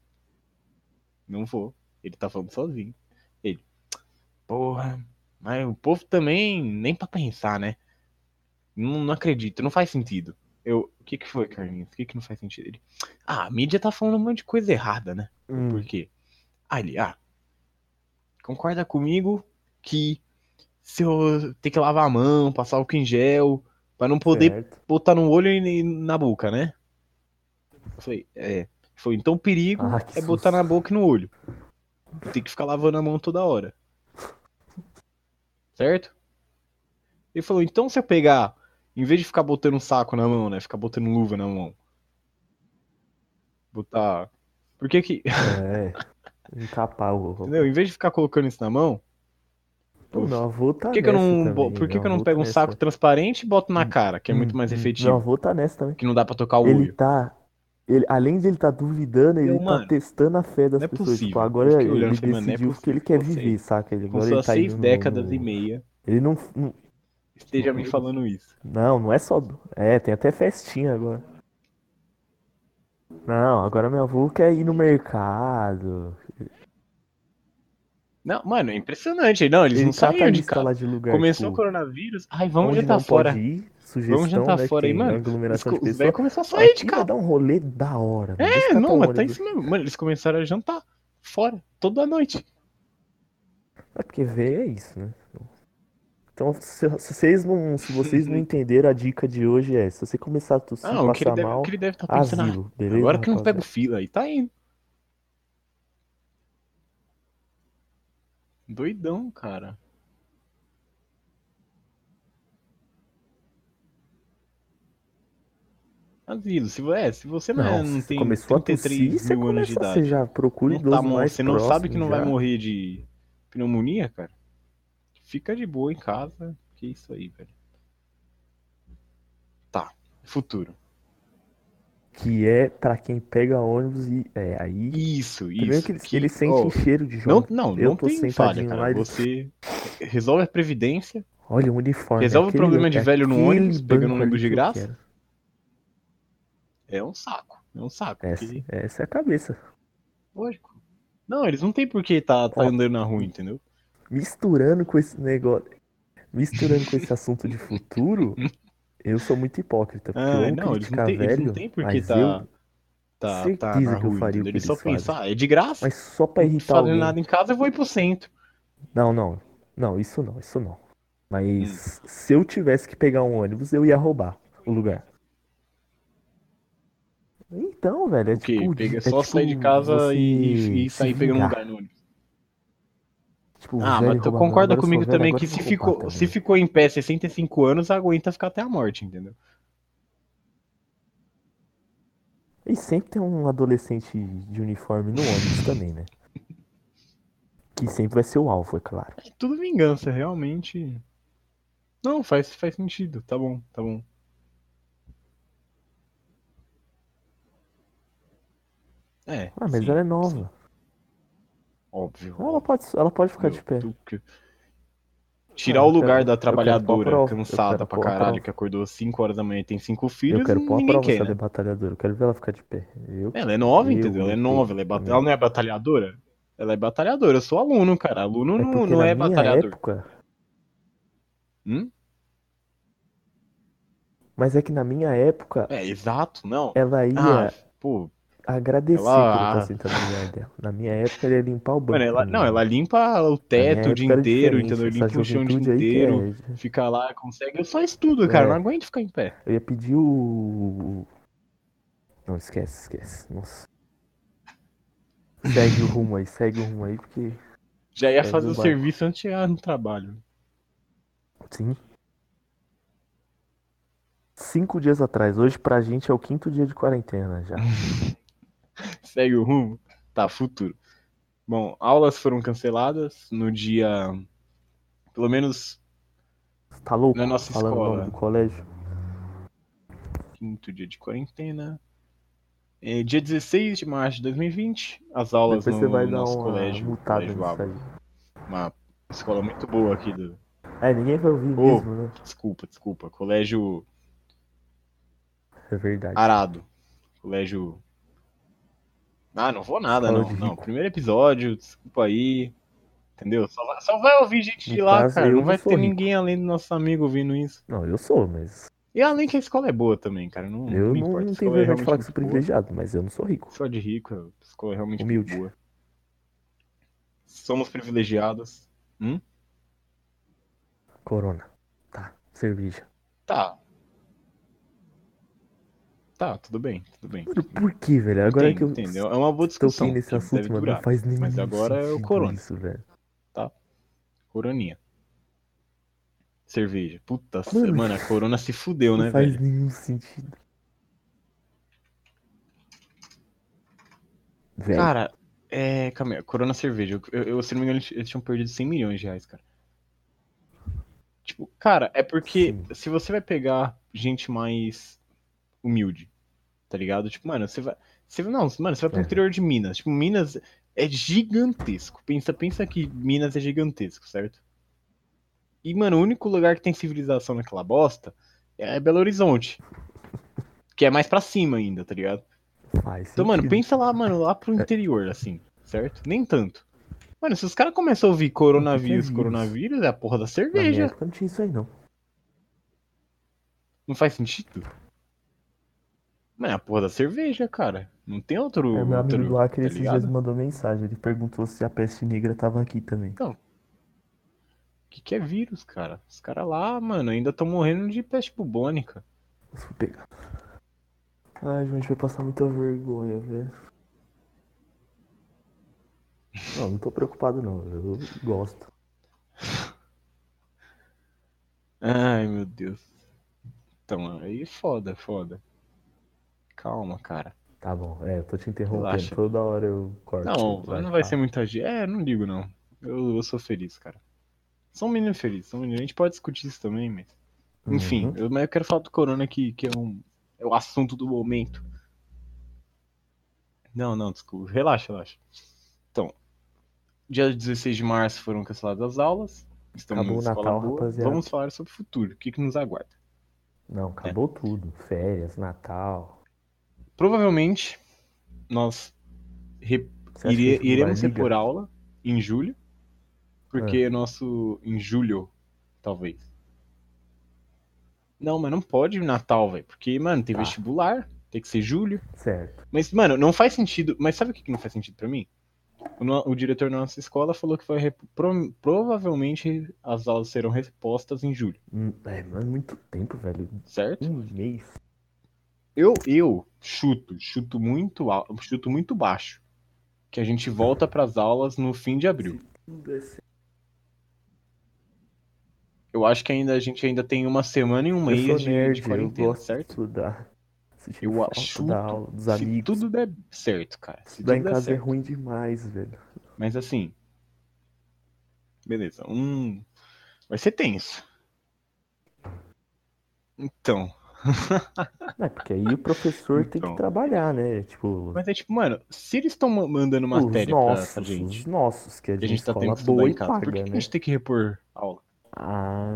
[SPEAKER 2] Não vou. Ele tá falando sozinho. Ele, porra, mas o povo também, nem pra pensar, né? Não, não acredito, não faz sentido. Eu, o que que foi, Carlinhos? O que que não faz sentido? Ele, ah, a mídia tá falando um monte de coisa errada, né?
[SPEAKER 1] Hum.
[SPEAKER 2] Por quê? Aí ele, ah, concorda comigo que se eu ter que lavar a mão, passar álcool em gel, pra não poder
[SPEAKER 1] Certo.
[SPEAKER 2] botar no olho e na boca, né? Eu falei, é. Foi, então o perigo
[SPEAKER 1] Ah, que
[SPEAKER 2] é botar
[SPEAKER 1] susto.
[SPEAKER 2] na boca e no olho. Tem que ficar lavando a mão toda hora. Certo? Ele falou, então se eu pegar, em vez de ficar botando um saco na mão, né? Ficar botando luva na mão. Botar. Por que que.
[SPEAKER 1] É. Encapar o ovo.
[SPEAKER 2] Entendeu? Em vez de ficar colocando isso na mão,
[SPEAKER 1] Pô, meu avô tá
[SPEAKER 2] por que, que eu
[SPEAKER 1] nessa
[SPEAKER 2] não,
[SPEAKER 1] também,
[SPEAKER 2] por que que
[SPEAKER 1] meu
[SPEAKER 2] eu não
[SPEAKER 1] avô
[SPEAKER 2] pego
[SPEAKER 1] tá
[SPEAKER 2] um
[SPEAKER 1] nessa.
[SPEAKER 2] saco transparente e boto na cara, que é muito
[SPEAKER 1] Hum,
[SPEAKER 2] mais
[SPEAKER 1] hum.
[SPEAKER 2] efetivo?
[SPEAKER 1] Meu avô tá nessa também.
[SPEAKER 2] Que não dá pra tocar o
[SPEAKER 1] Ele
[SPEAKER 2] olho.
[SPEAKER 1] tá. Ele, além de ele tá duvidando, ele
[SPEAKER 2] Eu,
[SPEAKER 1] tá
[SPEAKER 2] mano,
[SPEAKER 1] testando a fé das
[SPEAKER 2] não é
[SPEAKER 1] pessoas. Tipo,
[SPEAKER 2] possível.
[SPEAKER 1] agora
[SPEAKER 2] Eu fiquei
[SPEAKER 1] ele
[SPEAKER 2] olhando e falei, mano, não é
[SPEAKER 1] decidiu que ele quer
[SPEAKER 2] possível que
[SPEAKER 1] viver, saca? Ele,
[SPEAKER 2] Com
[SPEAKER 1] agora ele
[SPEAKER 2] suas
[SPEAKER 1] tá
[SPEAKER 2] seis
[SPEAKER 1] indo no-
[SPEAKER 2] décadas e
[SPEAKER 1] no-
[SPEAKER 2] meia,
[SPEAKER 1] Ele não, não.
[SPEAKER 2] esteja me falando isso.
[SPEAKER 1] Não, não é só. É, tem até festinha agora. Não, agora meu avô quer ir no mercado.
[SPEAKER 2] Não, mano, é impressionante. Não, eles
[SPEAKER 1] ele
[SPEAKER 2] não
[SPEAKER 1] tá
[SPEAKER 2] saíram de
[SPEAKER 1] lista
[SPEAKER 2] casa.
[SPEAKER 1] lá de lugar.
[SPEAKER 2] Começou
[SPEAKER 1] tipo,
[SPEAKER 2] o coronavírus. Ai, vamos
[SPEAKER 1] onde
[SPEAKER 2] jantar
[SPEAKER 1] não
[SPEAKER 2] fora.
[SPEAKER 1] Pode ir, sugestão,
[SPEAKER 2] Vamos jantar
[SPEAKER 1] né, que
[SPEAKER 2] fora aí,
[SPEAKER 1] tem
[SPEAKER 2] mano. Os,
[SPEAKER 1] Aglomeração
[SPEAKER 2] co-
[SPEAKER 1] de
[SPEAKER 2] os
[SPEAKER 1] pessoas.
[SPEAKER 2] velhos começaram a sair de
[SPEAKER 1] Aqui vai
[SPEAKER 2] casa.
[SPEAKER 1] dar um rolê da hora. mano. Vou
[SPEAKER 2] É,
[SPEAKER 1] escapar
[SPEAKER 2] não,
[SPEAKER 1] um
[SPEAKER 2] mas tá
[SPEAKER 1] ônibus.
[SPEAKER 2] isso mesmo. Mano, eles começaram a jantar fora, toda noite.
[SPEAKER 1] É porque ver é isso, né? Então, se, se vocês não, se vocês
[SPEAKER 2] Uhum.
[SPEAKER 1] não entenderam, a dica de hoje é: se você começar a tossir,
[SPEAKER 2] Não, Ah, o que ele
[SPEAKER 1] passar
[SPEAKER 2] deve, o
[SPEAKER 1] mal,
[SPEAKER 2] que ele deve estar pensando. ah,
[SPEAKER 1] asilo, beleza?
[SPEAKER 2] agora que eu não pego
[SPEAKER 1] rapaziada?
[SPEAKER 2] fila, aí tá indo. Doidão, cara. Asilo, se, vo- é, se você não, é-
[SPEAKER 1] Não,
[SPEAKER 2] não
[SPEAKER 1] se você
[SPEAKER 2] tem
[SPEAKER 1] começou a
[SPEAKER 2] 33
[SPEAKER 1] tossir, você
[SPEAKER 2] mil anos de
[SPEAKER 1] começa,
[SPEAKER 2] idade.
[SPEAKER 1] você já procure
[SPEAKER 2] não tá
[SPEAKER 1] idoso
[SPEAKER 2] mal,
[SPEAKER 1] mais
[SPEAKER 2] você não sabe que
[SPEAKER 1] próximo
[SPEAKER 2] não vai
[SPEAKER 1] já.
[SPEAKER 2] morrer de pneumonia, cara? Fica de boa em casa, que é isso aí, velho. Tá, futuro.
[SPEAKER 1] Que é pra quem pega ônibus e. É, aí.
[SPEAKER 2] Isso,
[SPEAKER 1] Primeiro
[SPEAKER 2] isso.
[SPEAKER 1] que eles,
[SPEAKER 2] que-
[SPEAKER 1] eles sentem
[SPEAKER 2] ó,
[SPEAKER 1] cheiro de
[SPEAKER 2] não,
[SPEAKER 1] jovem.
[SPEAKER 2] não,
[SPEAKER 1] Eu
[SPEAKER 2] não
[SPEAKER 1] tô
[SPEAKER 2] tem falha,
[SPEAKER 1] sentadinho
[SPEAKER 2] cara.
[SPEAKER 1] lá, eles-
[SPEAKER 2] Você resolve a previdência,
[SPEAKER 1] Olha o uniforme.
[SPEAKER 2] Resolve o
[SPEAKER 1] aquele-
[SPEAKER 2] problema de
[SPEAKER 1] é
[SPEAKER 2] velho no
[SPEAKER 1] aquele
[SPEAKER 2] ônibus, pegando
[SPEAKER 1] banco ali
[SPEAKER 2] ônibus de
[SPEAKER 1] que eu
[SPEAKER 2] graça?
[SPEAKER 1] quero.
[SPEAKER 2] é um saco. É um saco.
[SPEAKER 1] Essa,
[SPEAKER 2] porque-
[SPEAKER 1] essa é a cabeça.
[SPEAKER 2] lógico. Não, eles não tem por que tá, tá
[SPEAKER 1] Ó.
[SPEAKER 2] andando na rua, entendeu?
[SPEAKER 1] Misturando com esse negócio. Misturando com esse assunto de futuro, eu sou muito hipócrita. Porque eu
[SPEAKER 2] Ah,
[SPEAKER 1] amo
[SPEAKER 2] não, eles não
[SPEAKER 1] criticar
[SPEAKER 2] tem, eles não
[SPEAKER 1] velho,
[SPEAKER 2] tem por que
[SPEAKER 1] mas
[SPEAKER 2] tá,
[SPEAKER 1] eu.
[SPEAKER 2] tá, tá
[SPEAKER 1] certeza
[SPEAKER 2] na
[SPEAKER 1] que eu
[SPEAKER 2] rua,
[SPEAKER 1] faria o
[SPEAKER 2] entendeu?
[SPEAKER 1] que
[SPEAKER 2] Eles só
[SPEAKER 1] eles fazem.
[SPEAKER 2] pensam, ah, é de graça,
[SPEAKER 1] Mas só pra
[SPEAKER 2] não tô
[SPEAKER 1] irritar
[SPEAKER 2] fazendo
[SPEAKER 1] alguém.
[SPEAKER 2] nada em casa, eu vou ir pro centro.
[SPEAKER 1] Não, não. Não, isso não, isso não.
[SPEAKER 2] Hum.
[SPEAKER 1] Mas se eu tivesse que pegar um ônibus, eu ia roubar o lugar. Então, velho, é
[SPEAKER 2] O quê?
[SPEAKER 1] tipo.
[SPEAKER 2] Pega,
[SPEAKER 1] é
[SPEAKER 2] só
[SPEAKER 1] tipo
[SPEAKER 2] sair de casa
[SPEAKER 1] você
[SPEAKER 2] e, e, e
[SPEAKER 1] se
[SPEAKER 2] sair pegando um
[SPEAKER 1] vingar.
[SPEAKER 2] lugar no ônibus.
[SPEAKER 1] Tipo,
[SPEAKER 2] Ah, mas tu
[SPEAKER 1] roubar, não, agora
[SPEAKER 2] concorda
[SPEAKER 1] eu sou
[SPEAKER 2] comigo
[SPEAKER 1] velho,
[SPEAKER 2] também
[SPEAKER 1] agora tá
[SPEAKER 2] que
[SPEAKER 1] eu
[SPEAKER 2] se
[SPEAKER 1] sou
[SPEAKER 2] ficou,
[SPEAKER 1] roubata,
[SPEAKER 2] se
[SPEAKER 1] velho.
[SPEAKER 2] ficou em pé 65 anos, aguenta ficar até a morte, entendeu?
[SPEAKER 1] E sempre tem um adolescente de uniforme no ônibus também, né? Que sempre vai ser o alvo, é claro.
[SPEAKER 2] É tudo vingança, realmente. Não, faz, faz sentido. Tá bom, tá bom. É,
[SPEAKER 1] Ah, mas
[SPEAKER 2] sim,
[SPEAKER 1] ela é
[SPEAKER 2] sim,
[SPEAKER 1] nova. Ah,
[SPEAKER 2] óbvio.
[SPEAKER 1] Ela pode, ela pode ficar
[SPEAKER 2] Meu,
[SPEAKER 1] de pé.
[SPEAKER 2] tu que- Tirar
[SPEAKER 1] Ah,
[SPEAKER 2] o
[SPEAKER 1] eu
[SPEAKER 2] lugar
[SPEAKER 1] quero-
[SPEAKER 2] da
[SPEAKER 1] eu quero pôr a
[SPEAKER 2] trabalhadora
[SPEAKER 1] prova, eu
[SPEAKER 2] cansada
[SPEAKER 1] quero
[SPEAKER 2] pra
[SPEAKER 1] pôr a
[SPEAKER 2] caralho,
[SPEAKER 1] prova.
[SPEAKER 2] que acordou 5 horas da manhã e tem cinco
[SPEAKER 1] Eu
[SPEAKER 2] filhos,
[SPEAKER 1] quero pôr a
[SPEAKER 2] ninguém
[SPEAKER 1] prova
[SPEAKER 2] quer,
[SPEAKER 1] essa
[SPEAKER 2] né?
[SPEAKER 1] debatalhadora. Eu quero ver ela ficar de pé. Eu
[SPEAKER 2] Ela é nova,
[SPEAKER 1] Eu
[SPEAKER 2] entendeu? Ela é
[SPEAKER 1] lutei
[SPEAKER 2] nova, ela, é
[SPEAKER 1] pra
[SPEAKER 2] bata...
[SPEAKER 1] mim.
[SPEAKER 2] ela não é batalhadora? Ela é batalhadora, eu sou aluno, cara. Aluno
[SPEAKER 1] É
[SPEAKER 2] não,
[SPEAKER 1] porque
[SPEAKER 2] não
[SPEAKER 1] na
[SPEAKER 2] é
[SPEAKER 1] minha
[SPEAKER 2] batalhador.
[SPEAKER 1] época,
[SPEAKER 2] Hum?
[SPEAKER 1] mas é que na minha época,
[SPEAKER 2] É, exato, não.
[SPEAKER 1] ela
[SPEAKER 2] Ah,
[SPEAKER 1] ia
[SPEAKER 2] pô.
[SPEAKER 1] agradecer
[SPEAKER 2] ela-
[SPEAKER 1] pelo contato no lugar dela. Na minha época, ela ia limpar o banco.
[SPEAKER 2] Mano, ela,
[SPEAKER 1] pra mim.
[SPEAKER 2] não, ela limpa o
[SPEAKER 1] Na minha
[SPEAKER 2] teto o dia
[SPEAKER 1] época era
[SPEAKER 2] inteiro,
[SPEAKER 1] É, diferente,
[SPEAKER 2] entendeu?
[SPEAKER 1] Essa
[SPEAKER 2] Limpa o chão o dia
[SPEAKER 1] juventude aí que
[SPEAKER 2] inteiro,
[SPEAKER 1] é.
[SPEAKER 2] fica lá, consegue. Eu só estudo, cara,
[SPEAKER 1] É.
[SPEAKER 2] não aguento ficar em pé.
[SPEAKER 1] Eu ia pedir o. Não, esquece, esquece. Nossa. Segue o rumo aí, segue o rumo aí, porque.
[SPEAKER 2] Já ia
[SPEAKER 1] Pega
[SPEAKER 2] fazer
[SPEAKER 1] o
[SPEAKER 2] o
[SPEAKER 1] barco.
[SPEAKER 2] serviço antes de chegar no trabalho.
[SPEAKER 1] Sim. Cinco dias atrás. Hoje pra gente é o quinto dia de quarentena já.
[SPEAKER 2] Segue o rumo. Tá, futuro. Bom, aulas foram canceladas no dia. Pelo menos
[SPEAKER 1] Você Tá louco?
[SPEAKER 2] na nossa
[SPEAKER 1] Falando o
[SPEAKER 2] escola.
[SPEAKER 1] nome do colégio?
[SPEAKER 2] Quinto dia de quarentena. É, dia 16 de março de 2020, as aulas
[SPEAKER 1] Depois
[SPEAKER 2] no
[SPEAKER 1] você vai dar
[SPEAKER 2] nosso
[SPEAKER 1] uma
[SPEAKER 2] colégio.
[SPEAKER 1] mutada
[SPEAKER 2] colégio
[SPEAKER 1] nisso
[SPEAKER 2] Alba. uma escola muito boa aqui do,
[SPEAKER 1] aí. É, ninguém vai ouvir
[SPEAKER 2] Ô.
[SPEAKER 1] mesmo, né?
[SPEAKER 2] Desculpa, desculpa. Colégio ah,
[SPEAKER 1] É verdade.
[SPEAKER 2] Arado. Colégio. Ah, não vou nada,
[SPEAKER 1] Escola
[SPEAKER 2] não.
[SPEAKER 1] de
[SPEAKER 2] não.
[SPEAKER 1] rico.
[SPEAKER 2] Primeiro episódio, desculpa aí. Entendeu? Só, vai- só vai ouvir gente de
[SPEAKER 1] No
[SPEAKER 2] lá,
[SPEAKER 1] caso,
[SPEAKER 2] cara.
[SPEAKER 1] eu
[SPEAKER 2] Não
[SPEAKER 1] não
[SPEAKER 2] vai ter
[SPEAKER 1] sou rico.
[SPEAKER 2] ninguém além do nosso amigo ouvindo isso.
[SPEAKER 1] Não, eu sou, mas.
[SPEAKER 2] E além que a escola é boa também, cara. Não,
[SPEAKER 1] Eu
[SPEAKER 2] me
[SPEAKER 1] não,
[SPEAKER 2] importa.
[SPEAKER 1] não
[SPEAKER 2] a
[SPEAKER 1] tenho
[SPEAKER 2] escola é
[SPEAKER 1] vergonha de
[SPEAKER 2] realmente
[SPEAKER 1] falar que sou
[SPEAKER 2] muito boa.
[SPEAKER 1] privilegiado, mas eu não sou rico.
[SPEAKER 2] Só de rico, a escola é realmente
[SPEAKER 1] Humilde.
[SPEAKER 2] muito boa. Somos privilegiados.
[SPEAKER 1] Corona. Tá, cerveja.
[SPEAKER 2] Tá. Tá, tudo bem, tudo bem.
[SPEAKER 1] Mano, por que, velho? Agora
[SPEAKER 2] Entendo,
[SPEAKER 1] que eu
[SPEAKER 2] entendo. É uma boa discussão.
[SPEAKER 1] toquei nesse
[SPEAKER 2] que
[SPEAKER 1] assunto,
[SPEAKER 2] deve
[SPEAKER 1] mano,
[SPEAKER 2] durar.
[SPEAKER 1] não faz nenhum
[SPEAKER 2] Mas agora é o
[SPEAKER 1] sentido
[SPEAKER 2] corona.
[SPEAKER 1] isso, velho.
[SPEAKER 2] Coroninha. Cerveja. Puta,
[SPEAKER 1] Mano.
[SPEAKER 2] mano, mano a corona se fudeu,
[SPEAKER 1] Não
[SPEAKER 2] né,
[SPEAKER 1] faz
[SPEAKER 2] velho?
[SPEAKER 1] nenhum sentido. Velho,
[SPEAKER 2] Cara, é. Calma aí, corona cerveja. Eu, eu, se não me engano, eles, eles tinham perdido 100 milhões de reais, cara. Tipo, cara, é porque
[SPEAKER 1] Sim.
[SPEAKER 2] se você vai pegar gente mais humilde, tá ligado? Tipo, mano, você vai. Você, não, mano, você vai pro
[SPEAKER 1] É.
[SPEAKER 2] interior de Minas. Tipo, Minas é gigantesco. Pensa, pensa que Minas é gigantesco, certo? E, mano, o único lugar que tem civilização naquela bosta é Belo Horizonte. Que é mais pra cima ainda, tá ligado?
[SPEAKER 1] faz
[SPEAKER 2] Então, mano,
[SPEAKER 1] sentido.
[SPEAKER 2] pensa lá, mano, lá pro interior, assim, certo? Nem tanto. Mano, se os caras começam a ouvir coronavírus,
[SPEAKER 1] Coronavírus.
[SPEAKER 2] coronavírus, é a porra da
[SPEAKER 1] Na minha
[SPEAKER 2] cerveja.
[SPEAKER 1] época não tinha isso aí, não.
[SPEAKER 2] Não faz sentido? Mano, é a porra da cerveja, cara. Não tem outro.
[SPEAKER 1] É, meu amigo
[SPEAKER 2] outro-
[SPEAKER 1] do Acre
[SPEAKER 2] tá
[SPEAKER 1] esses
[SPEAKER 2] ligado?
[SPEAKER 1] dias me mandou mensagem. Ele perguntou se a peste negra tava aqui também.
[SPEAKER 2] O que, que é vírus, cara? Os caras lá, mano, ainda estão morrendo de peste bubônica.
[SPEAKER 1] Eu fui pegar. Ai, João, a gente vai passar muita vergonha, velho. Não, não tô preocupado, não. Eu gosto.
[SPEAKER 2] Ai, meu Deus. Então, aí é foda, foda. Calma, cara.
[SPEAKER 1] Tá bom, é, eu tô te interrompendo.
[SPEAKER 2] Relaxa.
[SPEAKER 1] Toda hora eu corto.
[SPEAKER 2] Não,
[SPEAKER 1] Vai,
[SPEAKER 2] não vai
[SPEAKER 1] tá.
[SPEAKER 2] ser muita gente. É, não digo não. Eu, eu sou feliz, cara. Sou um menino feliz, sou um menino. A gente pode discutir isso também, mas. Enfim,
[SPEAKER 1] Uhum.
[SPEAKER 2] eu, mas eu quero falar do Corona que, que é, um, é o assunto do momento. Não, não, desculpa. Relaxa, relaxa. Então, dia 16 de março foram canceladas as aulas. Estamos
[SPEAKER 1] Acabou o
[SPEAKER 2] na escola
[SPEAKER 1] Natal,
[SPEAKER 2] boa.
[SPEAKER 1] rapaziada.
[SPEAKER 2] Vamos falar sobre o futuro, o que, que nos aguarda.
[SPEAKER 1] Não, acabou
[SPEAKER 2] É.
[SPEAKER 1] tudo. Férias, Natal.
[SPEAKER 2] Provavelmente, nós re-
[SPEAKER 1] Você acha
[SPEAKER 2] Iria-
[SPEAKER 1] que isso não
[SPEAKER 2] iremos
[SPEAKER 1] vai liga?
[SPEAKER 2] repor aula em julho, porque
[SPEAKER 1] É.
[SPEAKER 2] nosso. em julho, talvez. Não, mas não pode Natal, velho, porque, mano, tem
[SPEAKER 1] Tá.
[SPEAKER 2] vestibular, tem que ser julho.
[SPEAKER 1] Certo.
[SPEAKER 2] Mas, mano, não faz sentido. Mas sabe o que que não faz sentido pra mim? O, no- o diretor da nossa escola falou que vai. rep- pro- provavelmente as aulas serão repostas em julho,
[SPEAKER 1] Hum, É, mas muito tempo, velho.
[SPEAKER 2] certo?
[SPEAKER 1] Um mês.
[SPEAKER 2] Eu, eu chuto, chuto muito, al- chuto muito baixo, que a gente volta pras aulas no fim de abril.
[SPEAKER 1] Tudo é certo.
[SPEAKER 2] Eu acho que ainda a gente ainda tem uma semana e um
[SPEAKER 1] Eu
[SPEAKER 2] mês
[SPEAKER 1] sou
[SPEAKER 2] de,
[SPEAKER 1] nerd,
[SPEAKER 2] de
[SPEAKER 1] eu
[SPEAKER 2] quarentena,
[SPEAKER 1] gosto de
[SPEAKER 2] certo?
[SPEAKER 1] estudar. Sentir
[SPEAKER 2] Eu
[SPEAKER 1] falta
[SPEAKER 2] acho
[SPEAKER 1] da aula, dos
[SPEAKER 2] Se
[SPEAKER 1] amigos.
[SPEAKER 2] tudo der certo, cara. Se
[SPEAKER 1] Estudar em
[SPEAKER 2] tudo der
[SPEAKER 1] casa é
[SPEAKER 2] certo.
[SPEAKER 1] ruim demais, velho.
[SPEAKER 2] Mas assim. Beleza. Hum, vai ser tenso. Então.
[SPEAKER 1] Não, é porque aí o professor tem
[SPEAKER 2] Então.
[SPEAKER 1] que trabalhar, né? Tipo,
[SPEAKER 2] Mas é tipo, mano, se eles estão ma- mandando
[SPEAKER 1] os
[SPEAKER 2] matéria pra essa
[SPEAKER 1] nossos,
[SPEAKER 2] gente,
[SPEAKER 1] os nossos, que é
[SPEAKER 2] que
[SPEAKER 1] de
[SPEAKER 2] a gente tá
[SPEAKER 1] escola
[SPEAKER 2] tendo que estudar
[SPEAKER 1] boa
[SPEAKER 2] em
[SPEAKER 1] e
[SPEAKER 2] casa, por que
[SPEAKER 1] paga,
[SPEAKER 2] que a
[SPEAKER 1] né?
[SPEAKER 2] gente tem que repor aula?
[SPEAKER 1] Ah,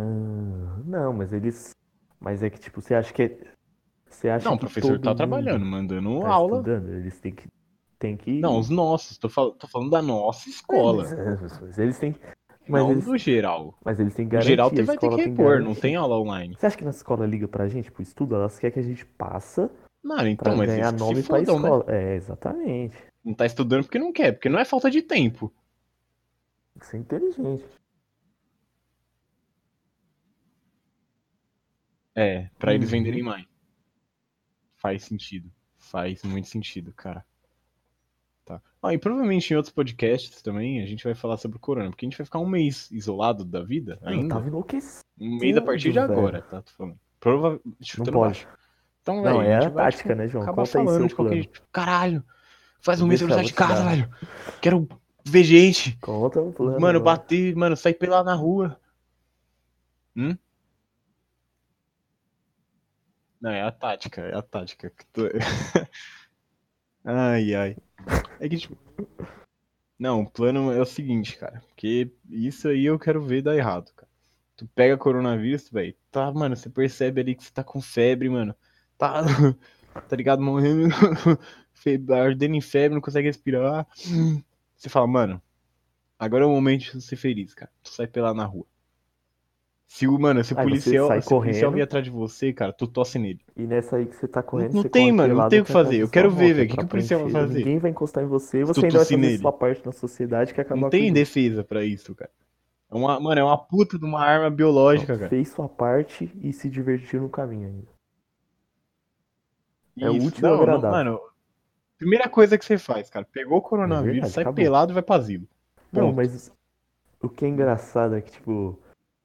[SPEAKER 1] não, mas eles. Mas é que, tipo, você acha que é. Você acha
[SPEAKER 2] Não, o
[SPEAKER 1] que
[SPEAKER 2] professor
[SPEAKER 1] todo
[SPEAKER 2] tá
[SPEAKER 1] mundo
[SPEAKER 2] trabalhando, mandando
[SPEAKER 1] tá
[SPEAKER 2] aula.
[SPEAKER 1] estudando? Eles têm que. Tem que.
[SPEAKER 2] Não, os nossos, tô, fal- tô falando da nossa escola.
[SPEAKER 1] É, mas, mas eles têm. Mas
[SPEAKER 2] não
[SPEAKER 1] eles,
[SPEAKER 2] do geral.
[SPEAKER 1] mas eles têm
[SPEAKER 2] No
[SPEAKER 1] garantia.
[SPEAKER 2] geral,
[SPEAKER 1] a
[SPEAKER 2] vai ter
[SPEAKER 1] escola
[SPEAKER 2] que
[SPEAKER 1] tem
[SPEAKER 2] repor, não
[SPEAKER 1] garantia.
[SPEAKER 2] tem aula online.
[SPEAKER 1] Você acha que nossa escola liga pra gente pro estudo? Elas querem que a gente passa
[SPEAKER 2] Mano,
[SPEAKER 1] pra
[SPEAKER 2] então, mas
[SPEAKER 1] ganhar
[SPEAKER 2] eles que
[SPEAKER 1] nome
[SPEAKER 2] se
[SPEAKER 1] pra
[SPEAKER 2] fodam, né?
[SPEAKER 1] escola. É, exatamente.
[SPEAKER 2] Não tá estudando porque não quer, porque não é falta de tempo.
[SPEAKER 1] Tem que ser inteligente.
[SPEAKER 2] É, pra eles
[SPEAKER 1] Uhum.
[SPEAKER 2] É, Uhum. venderem mais. Faz sentido. Faz muito sentido, cara. Tá. Ah, e provavelmente em outros podcasts também a gente vai falar sobre o corona, porque a gente vai ficar um mês isolado da vida
[SPEAKER 1] Eu
[SPEAKER 2] ainda.
[SPEAKER 1] tava enlouquecido.
[SPEAKER 2] Um mês a partir de
[SPEAKER 1] tá velho.
[SPEAKER 2] agora, tá? Tô falando. Prova... Chutando
[SPEAKER 1] pode.
[SPEAKER 2] baixo. Então,
[SPEAKER 1] Não,
[SPEAKER 2] velho,
[SPEAKER 1] é
[SPEAKER 2] gente
[SPEAKER 1] a
[SPEAKER 2] vai,
[SPEAKER 1] tática,
[SPEAKER 2] tipo,
[SPEAKER 1] né, João?
[SPEAKER 2] Acabar
[SPEAKER 1] Conta aí
[SPEAKER 2] falando
[SPEAKER 1] seu
[SPEAKER 2] de qualquer
[SPEAKER 1] plano.
[SPEAKER 2] jeito. Caralho, faz um
[SPEAKER 1] Vou
[SPEAKER 2] mês que eu não saio de
[SPEAKER 1] deixar
[SPEAKER 2] casa,
[SPEAKER 1] você
[SPEAKER 2] velho. Quero vejente.
[SPEAKER 1] Conta o plano.
[SPEAKER 2] Mano,
[SPEAKER 1] mano.
[SPEAKER 2] bater, mano, sair pelar na rua. Hum? Não, é a tática, é a tática. que tu- ai, ai. É que, tipo... Não, o plano é o seguinte, cara. Porque isso aí eu quero ver dar errado, cara. Tu pega coronavírus, velho. Tá, mano, você percebe ali que você tá com febre, mano. Tá, tá ligado? Morrendo. febre, ardendo em febre, não consegue respirar. Você fala, mano, Agora é o momento de você ser feliz, cara. Tu sai pelar na rua. Se o, mano, se o
[SPEAKER 1] Aí você
[SPEAKER 2] policial,
[SPEAKER 1] sai
[SPEAKER 2] se o policial
[SPEAKER 1] correndo.
[SPEAKER 2] vir atrás de você, cara, tu tosse nele.
[SPEAKER 1] E nessa aí que você tá correndo,
[SPEAKER 2] Não
[SPEAKER 1] você
[SPEAKER 2] tem,
[SPEAKER 1] corre
[SPEAKER 2] mano, não
[SPEAKER 1] pelado
[SPEAKER 2] tem o que
[SPEAKER 1] até atrás
[SPEAKER 2] fazer.
[SPEAKER 1] da
[SPEAKER 2] Eu quero
[SPEAKER 1] sua
[SPEAKER 2] ver,
[SPEAKER 1] moto,
[SPEAKER 2] velho, o que
[SPEAKER 1] pra
[SPEAKER 2] que o policial vai
[SPEAKER 1] preencher.
[SPEAKER 2] fazer?
[SPEAKER 1] Ninguém vai encostar em você e
[SPEAKER 2] Se
[SPEAKER 1] você
[SPEAKER 2] tu
[SPEAKER 1] ainda vai
[SPEAKER 2] tossir
[SPEAKER 1] fazer
[SPEAKER 2] nele.
[SPEAKER 1] sua parte na sociedade que acabou
[SPEAKER 2] Não tem
[SPEAKER 1] com
[SPEAKER 2] defesa pra isso, cara. É uma, mano, é uma puta de uma arma biológica, cara.
[SPEAKER 1] Fez sua parte e se divertiu no caminho ainda. É
[SPEAKER 2] Isso.
[SPEAKER 1] útil e agradável.
[SPEAKER 2] mano, primeira coisa que você faz, cara, pegou o
[SPEAKER 1] É
[SPEAKER 2] coronavírus,
[SPEAKER 1] verdade,
[SPEAKER 2] sai
[SPEAKER 1] acabou.
[SPEAKER 2] pelado e vai pra asilo.
[SPEAKER 1] Não,
[SPEAKER 2] Ponto.
[SPEAKER 1] mas o que é engraçado é que, tipo,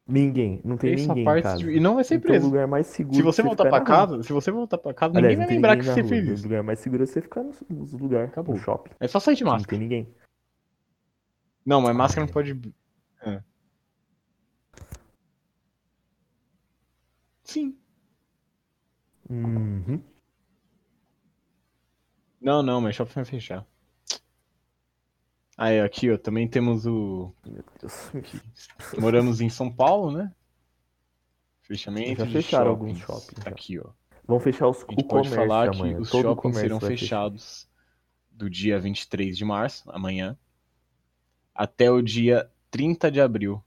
[SPEAKER 1] ninguém, não tem
[SPEAKER 2] Fez sua
[SPEAKER 1] ninguém em
[SPEAKER 2] parte
[SPEAKER 1] casa.
[SPEAKER 2] de- e não vai ser
[SPEAKER 1] Então, o
[SPEAKER 2] preso.
[SPEAKER 1] lugar mais seguro
[SPEAKER 2] Se
[SPEAKER 1] é
[SPEAKER 2] você
[SPEAKER 1] ficar
[SPEAKER 2] voltar pra
[SPEAKER 1] na rua.
[SPEAKER 2] casa, se você voltar pra casa,
[SPEAKER 1] Aliás,
[SPEAKER 2] ninguém né?
[SPEAKER 1] não tem
[SPEAKER 2] vai lembrar que
[SPEAKER 1] ninguém
[SPEAKER 2] você
[SPEAKER 1] na rua.
[SPEAKER 2] fez
[SPEAKER 1] O
[SPEAKER 2] isso.
[SPEAKER 1] lugar mais seguro é você ficar nos, nos lugares,
[SPEAKER 2] Acabou.
[SPEAKER 1] no shopping.
[SPEAKER 2] É só sair de
[SPEAKER 1] Não
[SPEAKER 2] máscara.
[SPEAKER 1] tem ninguém.
[SPEAKER 2] Não, mas máscara
[SPEAKER 1] Ah,
[SPEAKER 2] não pode. É. Sim.
[SPEAKER 1] Uhum.
[SPEAKER 2] Não, não, mas shopping vai fechar. Aí, aqui, ó, também temos o.
[SPEAKER 1] Meu Deus.
[SPEAKER 2] aqui. Moramos em São Paulo, né? Fechamento
[SPEAKER 1] Já
[SPEAKER 2] de
[SPEAKER 1] fecharam
[SPEAKER 2] shoppings.
[SPEAKER 1] alguns shoppings, já.
[SPEAKER 2] Aqui, ó.
[SPEAKER 1] Vão fechar os,
[SPEAKER 2] A
[SPEAKER 1] o
[SPEAKER 2] gente pode
[SPEAKER 1] comércio
[SPEAKER 2] falar que
[SPEAKER 1] amanhã.
[SPEAKER 2] os
[SPEAKER 1] Todo o
[SPEAKER 2] shoppings
[SPEAKER 1] comércio
[SPEAKER 2] serão
[SPEAKER 1] vai fechar.
[SPEAKER 2] fechados do dia 23 de março, amanhã, até o dia 30 de abril,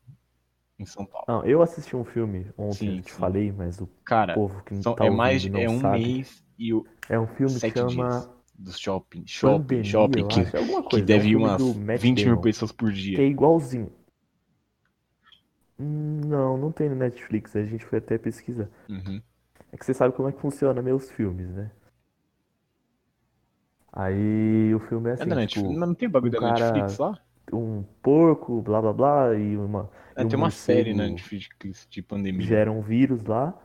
[SPEAKER 2] em São Paulo.
[SPEAKER 1] Não, eu assisti um filme ontem,
[SPEAKER 2] Sim,
[SPEAKER 1] eu te
[SPEAKER 2] sim.
[SPEAKER 1] falei, mas o
[SPEAKER 2] Cara,
[SPEAKER 1] povo que não
[SPEAKER 2] são-
[SPEAKER 1] tá
[SPEAKER 2] é mais.
[SPEAKER 1] ouvindo não
[SPEAKER 2] É um
[SPEAKER 1] sabe.
[SPEAKER 2] mês e o
[SPEAKER 1] É um filme que
[SPEAKER 2] sete
[SPEAKER 1] chama
[SPEAKER 2] dias do shopping. Shopping,
[SPEAKER 1] Pandemia,
[SPEAKER 2] shopping,
[SPEAKER 1] eu
[SPEAKER 2] que
[SPEAKER 1] acho, é alguma
[SPEAKER 2] que
[SPEAKER 1] coisa. é um
[SPEAKER 2] deve ir
[SPEAKER 1] filme
[SPEAKER 2] umas
[SPEAKER 1] do Matt
[SPEAKER 2] 20 mil
[SPEAKER 1] Damon,
[SPEAKER 2] pessoas por
[SPEAKER 1] que
[SPEAKER 2] dia.
[SPEAKER 1] é igualzinho. Hum, Não, não tem no Netflix, a gente foi até pesquisar.
[SPEAKER 2] Uhum.
[SPEAKER 1] É que você sabe como é que funciona meus filmes, né? Aí o filme é
[SPEAKER 2] É
[SPEAKER 1] assim,
[SPEAKER 2] da Netflix,
[SPEAKER 1] tipo,
[SPEAKER 2] mas não tem bagulho
[SPEAKER 1] o
[SPEAKER 2] da Netflix
[SPEAKER 1] cara,
[SPEAKER 2] lá?
[SPEAKER 1] um porco, blá blá blá, e uma
[SPEAKER 2] É,
[SPEAKER 1] e um
[SPEAKER 2] tem uma série na
[SPEAKER 1] morcego
[SPEAKER 2] Netflix de pandemia.
[SPEAKER 1] gera um vírus lá,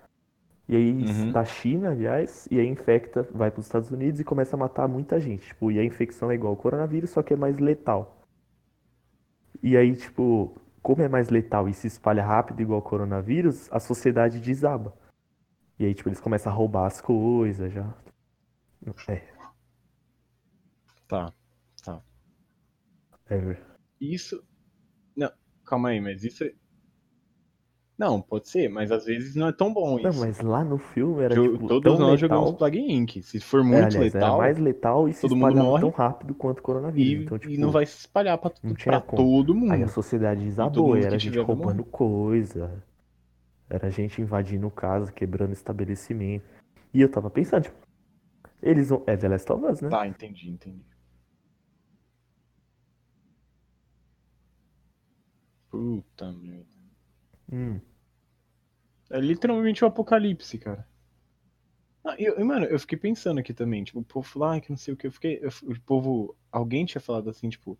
[SPEAKER 1] e aí
[SPEAKER 2] Uhum.
[SPEAKER 1] da China, aliás, e aí infecta, vai para os Estados Unidos e começa a matar muita gente. Tipo, e a infecção é igual ao coronavírus, só que é mais letal. E aí, tipo, como é mais letal e se espalha rápido igual ao coronavírus, a sociedade desaba. E aí, tipo, eles começam a roubar as coisas já. É,
[SPEAKER 2] Tá.
[SPEAKER 1] é ver-
[SPEAKER 2] Isso. Não, calma aí, mas isso. é- Não, pode ser, mas às vezes não é tão bom
[SPEAKER 1] Não,
[SPEAKER 2] isso.
[SPEAKER 1] mas lá no filme era,
[SPEAKER 2] Jo-
[SPEAKER 1] tipo,
[SPEAKER 2] Todos
[SPEAKER 1] tão
[SPEAKER 2] nós
[SPEAKER 1] letal.
[SPEAKER 2] jogamos Plague Inc. Se for
[SPEAKER 1] É,
[SPEAKER 2] muito
[SPEAKER 1] aliás, era
[SPEAKER 2] letal,
[SPEAKER 1] mais letal e se
[SPEAKER 2] todo mundo
[SPEAKER 1] espalhava
[SPEAKER 2] morre
[SPEAKER 1] tão rápido quanto o coronavírus.
[SPEAKER 2] e,
[SPEAKER 1] Então,
[SPEAKER 2] e não
[SPEAKER 1] tipo,
[SPEAKER 2] vai se espalhar pra,
[SPEAKER 1] não
[SPEAKER 2] pra
[SPEAKER 1] tinha como.
[SPEAKER 2] todo
[SPEAKER 1] Aí a
[SPEAKER 2] mundo.
[SPEAKER 1] sociedade
[SPEAKER 2] todo
[SPEAKER 1] desabou,
[SPEAKER 2] mundo
[SPEAKER 1] e
[SPEAKER 2] que
[SPEAKER 1] era gente
[SPEAKER 2] tiver vai
[SPEAKER 1] roubando coisa, era gente invadindo casa, quebrando estabelecimento. E eu tava pensando, tipo, eles vão. É The Last of Us, né?
[SPEAKER 2] Tá, entendi, entendi. Puta merda.
[SPEAKER 1] Hum.
[SPEAKER 2] É literalmente o apocalipse, cara. Ah, eu, eu, mano, eu fiquei pensando aqui também, tipo, o povo falou, ai, que não sei o que, eu fiquei, eu- o povo, alguém tinha falado assim, tipo,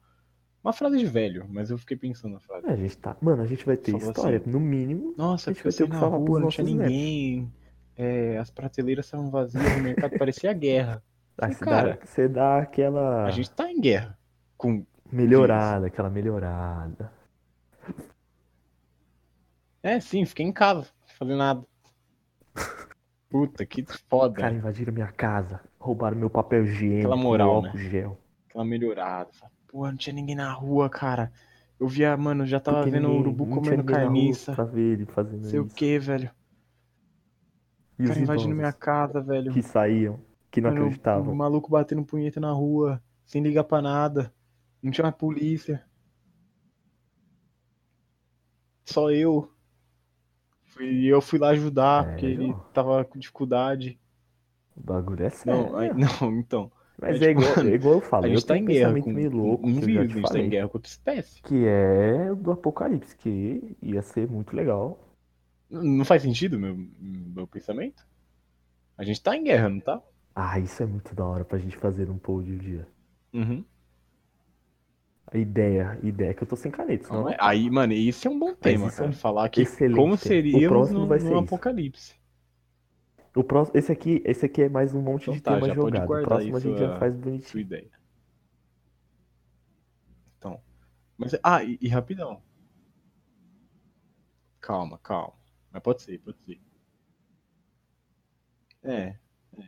[SPEAKER 2] uma frase de velho, mas eu fiquei pensando na frase.
[SPEAKER 1] É, a gente tá. Mano, a gente vai ter
[SPEAKER 2] Falou
[SPEAKER 1] história,
[SPEAKER 2] assim.
[SPEAKER 1] no mínimo.
[SPEAKER 2] Nossa,
[SPEAKER 1] A gente vai
[SPEAKER 2] eu
[SPEAKER 1] ter o
[SPEAKER 2] saí
[SPEAKER 1] que
[SPEAKER 2] na
[SPEAKER 1] falar
[SPEAKER 2] rua,
[SPEAKER 1] pros
[SPEAKER 2] não tinha
[SPEAKER 1] nossos netos.
[SPEAKER 2] ninguém, é, as prateleiras estavam vazias, o mercado parecia guerra.
[SPEAKER 1] Aí
[SPEAKER 2] Falei,
[SPEAKER 1] você dá,
[SPEAKER 2] cara,
[SPEAKER 1] você dá aquela
[SPEAKER 2] a gente tá em guerra com...
[SPEAKER 1] melhorada, aquela melhorada.
[SPEAKER 2] É, sim, fiquei em casa, sem fazer nada. Puta, que
[SPEAKER 1] Cara,
[SPEAKER 2] foda,
[SPEAKER 1] invadiram minha casa, roubaram meu papel higiênico,
[SPEAKER 2] É. Aquela moral,
[SPEAKER 1] meu
[SPEAKER 2] né?
[SPEAKER 1] álcool gel.
[SPEAKER 2] aquela melhorada. Fala, Pô, não tinha ninguém na rua, cara. Eu via, mano, já tava
[SPEAKER 1] Porque
[SPEAKER 2] vendo o
[SPEAKER 1] ninguém,
[SPEAKER 2] urubu
[SPEAKER 1] não tinha
[SPEAKER 2] comendo
[SPEAKER 1] ninguém na rua
[SPEAKER 2] carniça,
[SPEAKER 1] pra ver ele fazendo
[SPEAKER 2] sei o
[SPEAKER 1] isso.
[SPEAKER 2] que, velho.
[SPEAKER 1] E
[SPEAKER 2] O
[SPEAKER 1] os
[SPEAKER 2] cara invadindo minha
[SPEAKER 1] idosos
[SPEAKER 2] casa, velho.
[SPEAKER 1] que saíam, que não
[SPEAKER 2] Mano,
[SPEAKER 1] acreditavam.
[SPEAKER 2] O maluco batendo punheta na rua, sem ligar pra nada. Não tinha mais polícia. Só eu. Fui- E eu fui lá ajudar,
[SPEAKER 1] É,
[SPEAKER 2] porque ele
[SPEAKER 1] ó.
[SPEAKER 2] tava com dificuldade.
[SPEAKER 1] O bagulho é sério.
[SPEAKER 2] Não, aí- não, então.
[SPEAKER 1] Mas
[SPEAKER 2] é
[SPEAKER 1] é,
[SPEAKER 2] tipo,
[SPEAKER 1] igual, é igual eu falo,
[SPEAKER 2] A
[SPEAKER 1] eu
[SPEAKER 2] gente tá
[SPEAKER 1] tenho
[SPEAKER 2] em
[SPEAKER 1] um
[SPEAKER 2] guerra
[SPEAKER 1] pensamento
[SPEAKER 2] com
[SPEAKER 1] meio
[SPEAKER 2] um
[SPEAKER 1] louco,
[SPEAKER 2] um
[SPEAKER 1] que eu já
[SPEAKER 2] vírus,
[SPEAKER 1] te
[SPEAKER 2] a gente tá em
[SPEAKER 1] falei,
[SPEAKER 2] guerra com outra espécie.
[SPEAKER 1] que é do apocalipse, que ia ser muito legal.
[SPEAKER 2] N- Não faz sentido meu, meu pensamento? A gente tá em guerra, não tá?
[SPEAKER 1] Ah, isso é muito da hora pra gente fazer num pod um dia.
[SPEAKER 2] Uhum.
[SPEAKER 1] A ideia, a ideia é que eu tô sem caneta, senão
[SPEAKER 2] Então,
[SPEAKER 1] eu
[SPEAKER 2] é- aí, mano, isso é um bom tema,
[SPEAKER 1] isso é
[SPEAKER 2] cara. Falar aqui
[SPEAKER 1] excelente
[SPEAKER 2] como
[SPEAKER 1] tema. O
[SPEAKER 2] seríamos
[SPEAKER 1] próximo
[SPEAKER 2] num,
[SPEAKER 1] vai ser
[SPEAKER 2] num
[SPEAKER 1] isso.
[SPEAKER 2] apocalipse.
[SPEAKER 1] O próximo, esse aqui, esse aqui é mais um monte
[SPEAKER 2] Então
[SPEAKER 1] de
[SPEAKER 2] tá,
[SPEAKER 1] tema
[SPEAKER 2] já pode
[SPEAKER 1] jogado. O
[SPEAKER 2] guardar
[SPEAKER 1] próximo a
[SPEAKER 2] isso,
[SPEAKER 1] gente já
[SPEAKER 2] é.
[SPEAKER 1] faz
[SPEAKER 2] Sua
[SPEAKER 1] bonitinho.
[SPEAKER 2] ideia. Então. Mas, ah, e, e rapidão. Calma, calma. Mas pode ser, pode ser. É. é.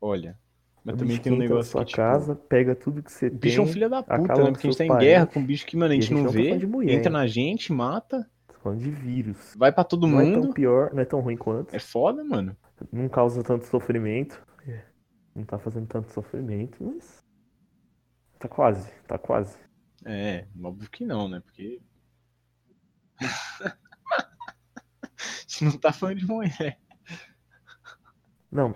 [SPEAKER 2] Olha. Mas
[SPEAKER 1] O
[SPEAKER 2] também
[SPEAKER 1] bicho
[SPEAKER 2] tem um
[SPEAKER 1] entra na
[SPEAKER 2] negócio
[SPEAKER 1] sua
[SPEAKER 2] que, tipo,
[SPEAKER 1] casa, pega tudo que você
[SPEAKER 2] Bicho é um
[SPEAKER 1] tem.
[SPEAKER 2] filho da puta,
[SPEAKER 1] acaba
[SPEAKER 2] né?
[SPEAKER 1] com
[SPEAKER 2] Porque a gente tá
[SPEAKER 1] seus
[SPEAKER 2] em guerra
[SPEAKER 1] parentes.
[SPEAKER 2] com um bicho que, mano, a
[SPEAKER 1] E
[SPEAKER 2] gente, não
[SPEAKER 1] tá
[SPEAKER 2] vê,
[SPEAKER 1] falando de mulher,
[SPEAKER 2] entra
[SPEAKER 1] hein?
[SPEAKER 2] na gente, mata,
[SPEAKER 1] Tô falando de vírus.
[SPEAKER 2] vai pra todo
[SPEAKER 1] Não é tão
[SPEAKER 2] mundo.
[SPEAKER 1] pior, não é tão ruim quanto.
[SPEAKER 2] É foda, mano.
[SPEAKER 1] Não causa tanto sofrimento. É. Não tá fazendo tanto sofrimento, mas. Tá quase, tá quase.
[SPEAKER 2] É, óbvio que não, né? Porque. a gente não tá falando de mulher.
[SPEAKER 1] Não,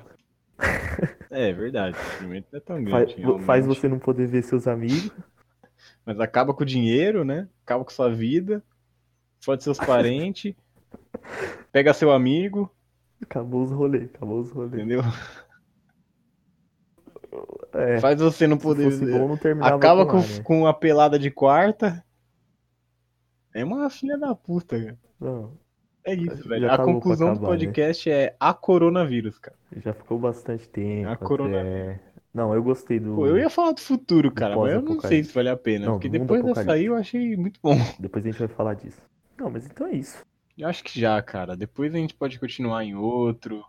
[SPEAKER 2] É, verdade. O sofrimento não é tão
[SPEAKER 1] fa-
[SPEAKER 2] grande.
[SPEAKER 1] faz,
[SPEAKER 2] realmente.
[SPEAKER 1] você não poder ver seus amigos.
[SPEAKER 2] Mas acaba com o dinheiro, né? Acaba com sua vida. Fode seus parentes. pega seu amigo,
[SPEAKER 1] Acabou os rolês, acabou os rolês.
[SPEAKER 2] entendeu?
[SPEAKER 1] É,
[SPEAKER 2] Faz você não
[SPEAKER 1] se
[SPEAKER 2] poder.
[SPEAKER 1] fosse bom, não terminava
[SPEAKER 2] Acaba com,
[SPEAKER 1] lá, né?
[SPEAKER 2] com a pelada de quarta. É uma filha da puta, cara.
[SPEAKER 1] Não,
[SPEAKER 2] É isso,
[SPEAKER 1] Já
[SPEAKER 2] velho.
[SPEAKER 1] tá
[SPEAKER 2] a
[SPEAKER 1] louco
[SPEAKER 2] conclusão do
[SPEAKER 1] acabar, né?
[SPEAKER 2] podcast é a coronavírus, cara.
[SPEAKER 1] já ficou bastante tempo.
[SPEAKER 2] A
[SPEAKER 1] até-
[SPEAKER 2] coronavírus.
[SPEAKER 1] Não, eu gostei do.
[SPEAKER 2] Pô, eu ia falar do futuro, cara, mas eu não
[SPEAKER 1] pós-apocalipse.
[SPEAKER 2] sei se vale a pena.
[SPEAKER 1] Não,
[SPEAKER 2] porque
[SPEAKER 1] do mundo
[SPEAKER 2] depois dessa aí
[SPEAKER 1] apocalíptico.
[SPEAKER 2] eu achei muito bom.
[SPEAKER 1] Depois a gente vai falar disso. Não, mas então é isso.
[SPEAKER 2] Eu acho que já, cara. Depois a gente pode continuar em outro.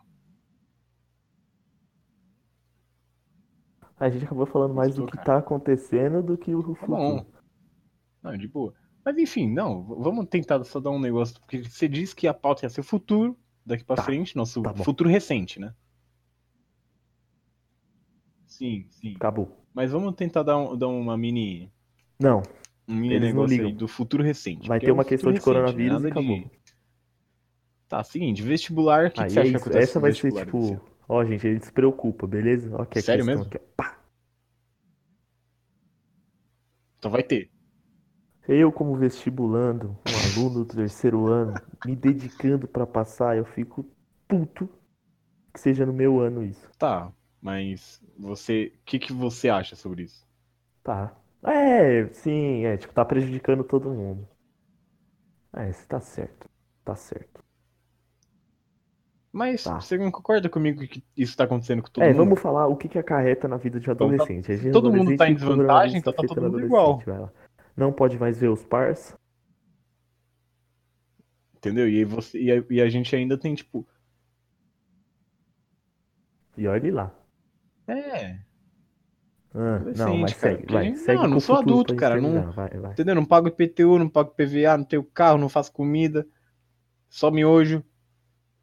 [SPEAKER 1] A gente acabou falando mais do
[SPEAKER 2] Gostou,
[SPEAKER 1] que
[SPEAKER 2] cara?
[SPEAKER 1] tá acontecendo do que o
[SPEAKER 2] Tá
[SPEAKER 1] futuro.
[SPEAKER 2] bom. Não, de boa. Mas enfim, não, v- vamos tentar só dar um negócio. Porque você disse que a pauta ia ser o futuro, daqui pra
[SPEAKER 1] Tá,
[SPEAKER 2] frente, nosso
[SPEAKER 1] tá bom.
[SPEAKER 2] futuro recente, né? Sim, sim.
[SPEAKER 1] Acabou.
[SPEAKER 2] Mas vamos tentar dar, um- dar uma mini.
[SPEAKER 1] Não,
[SPEAKER 2] um mini
[SPEAKER 1] Eles não
[SPEAKER 2] negócio aí
[SPEAKER 1] ligam.
[SPEAKER 2] do futuro recente.
[SPEAKER 1] Vai
[SPEAKER 2] porque
[SPEAKER 1] ter
[SPEAKER 2] é um
[SPEAKER 1] uma questão
[SPEAKER 2] futuro
[SPEAKER 1] de coronavírus
[SPEAKER 2] nada
[SPEAKER 1] e acabou.
[SPEAKER 2] Tá, seguinte, vestibular, o que, que
[SPEAKER 1] aí
[SPEAKER 2] você
[SPEAKER 1] é
[SPEAKER 2] acha que
[SPEAKER 1] isso.
[SPEAKER 2] acontece
[SPEAKER 1] Essa
[SPEAKER 2] com
[SPEAKER 1] vai ser
[SPEAKER 2] vestibular desse
[SPEAKER 1] tipo.
[SPEAKER 2] ano?
[SPEAKER 1] Ó, gente, ele despreocupa, beleza? Ó, que a
[SPEAKER 2] Sério
[SPEAKER 1] questão
[SPEAKER 2] mesmo?
[SPEAKER 1] aqui, ó. Pá.
[SPEAKER 2] Então vai ter.
[SPEAKER 1] Eu, como vestibulando, um aluno do terceiro ano, me dedicando pra passar, eu fico puto que seja no meu ano isso.
[SPEAKER 2] Tá, mas você, o que, que você acha sobre isso?
[SPEAKER 1] Tá. É, sim, é, tipo, tá prejudicando todo mundo. É, você tá certo. Tá certo.
[SPEAKER 2] Mas
[SPEAKER 1] Tá.
[SPEAKER 2] você não concorda comigo que isso tá acontecendo com todo
[SPEAKER 1] É,
[SPEAKER 2] mundo?
[SPEAKER 1] vamos falar o que que acarreta na vida de
[SPEAKER 2] tá-
[SPEAKER 1] adolescente. A gente é
[SPEAKER 2] todo mundo tá em
[SPEAKER 1] adolescente, o coronavírus
[SPEAKER 2] desvantagem, então tá todo
[SPEAKER 1] afetando
[SPEAKER 2] mundo
[SPEAKER 1] adolescente,
[SPEAKER 2] igual.
[SPEAKER 1] vai lá. Não pode mais ver os pars.
[SPEAKER 2] Entendeu? E, aí você, e, a, e a gente ainda tem, tipo,
[SPEAKER 1] E olhe lá.
[SPEAKER 2] é,
[SPEAKER 1] Ah, não,
[SPEAKER 2] Adolescente,
[SPEAKER 1] mas
[SPEAKER 2] cara,
[SPEAKER 1] segue,
[SPEAKER 2] porque
[SPEAKER 1] vai.
[SPEAKER 2] a gente-
[SPEAKER 1] Segue
[SPEAKER 2] não,
[SPEAKER 1] com
[SPEAKER 2] não
[SPEAKER 1] o
[SPEAKER 2] sou
[SPEAKER 1] futuro pra
[SPEAKER 2] adulto,
[SPEAKER 1] gente
[SPEAKER 2] cara, não-
[SPEAKER 1] terminar, vai, vai.
[SPEAKER 2] entendeu? Não pago IPTU, não pago PVA, não tenho carro, não faço comida, só miojo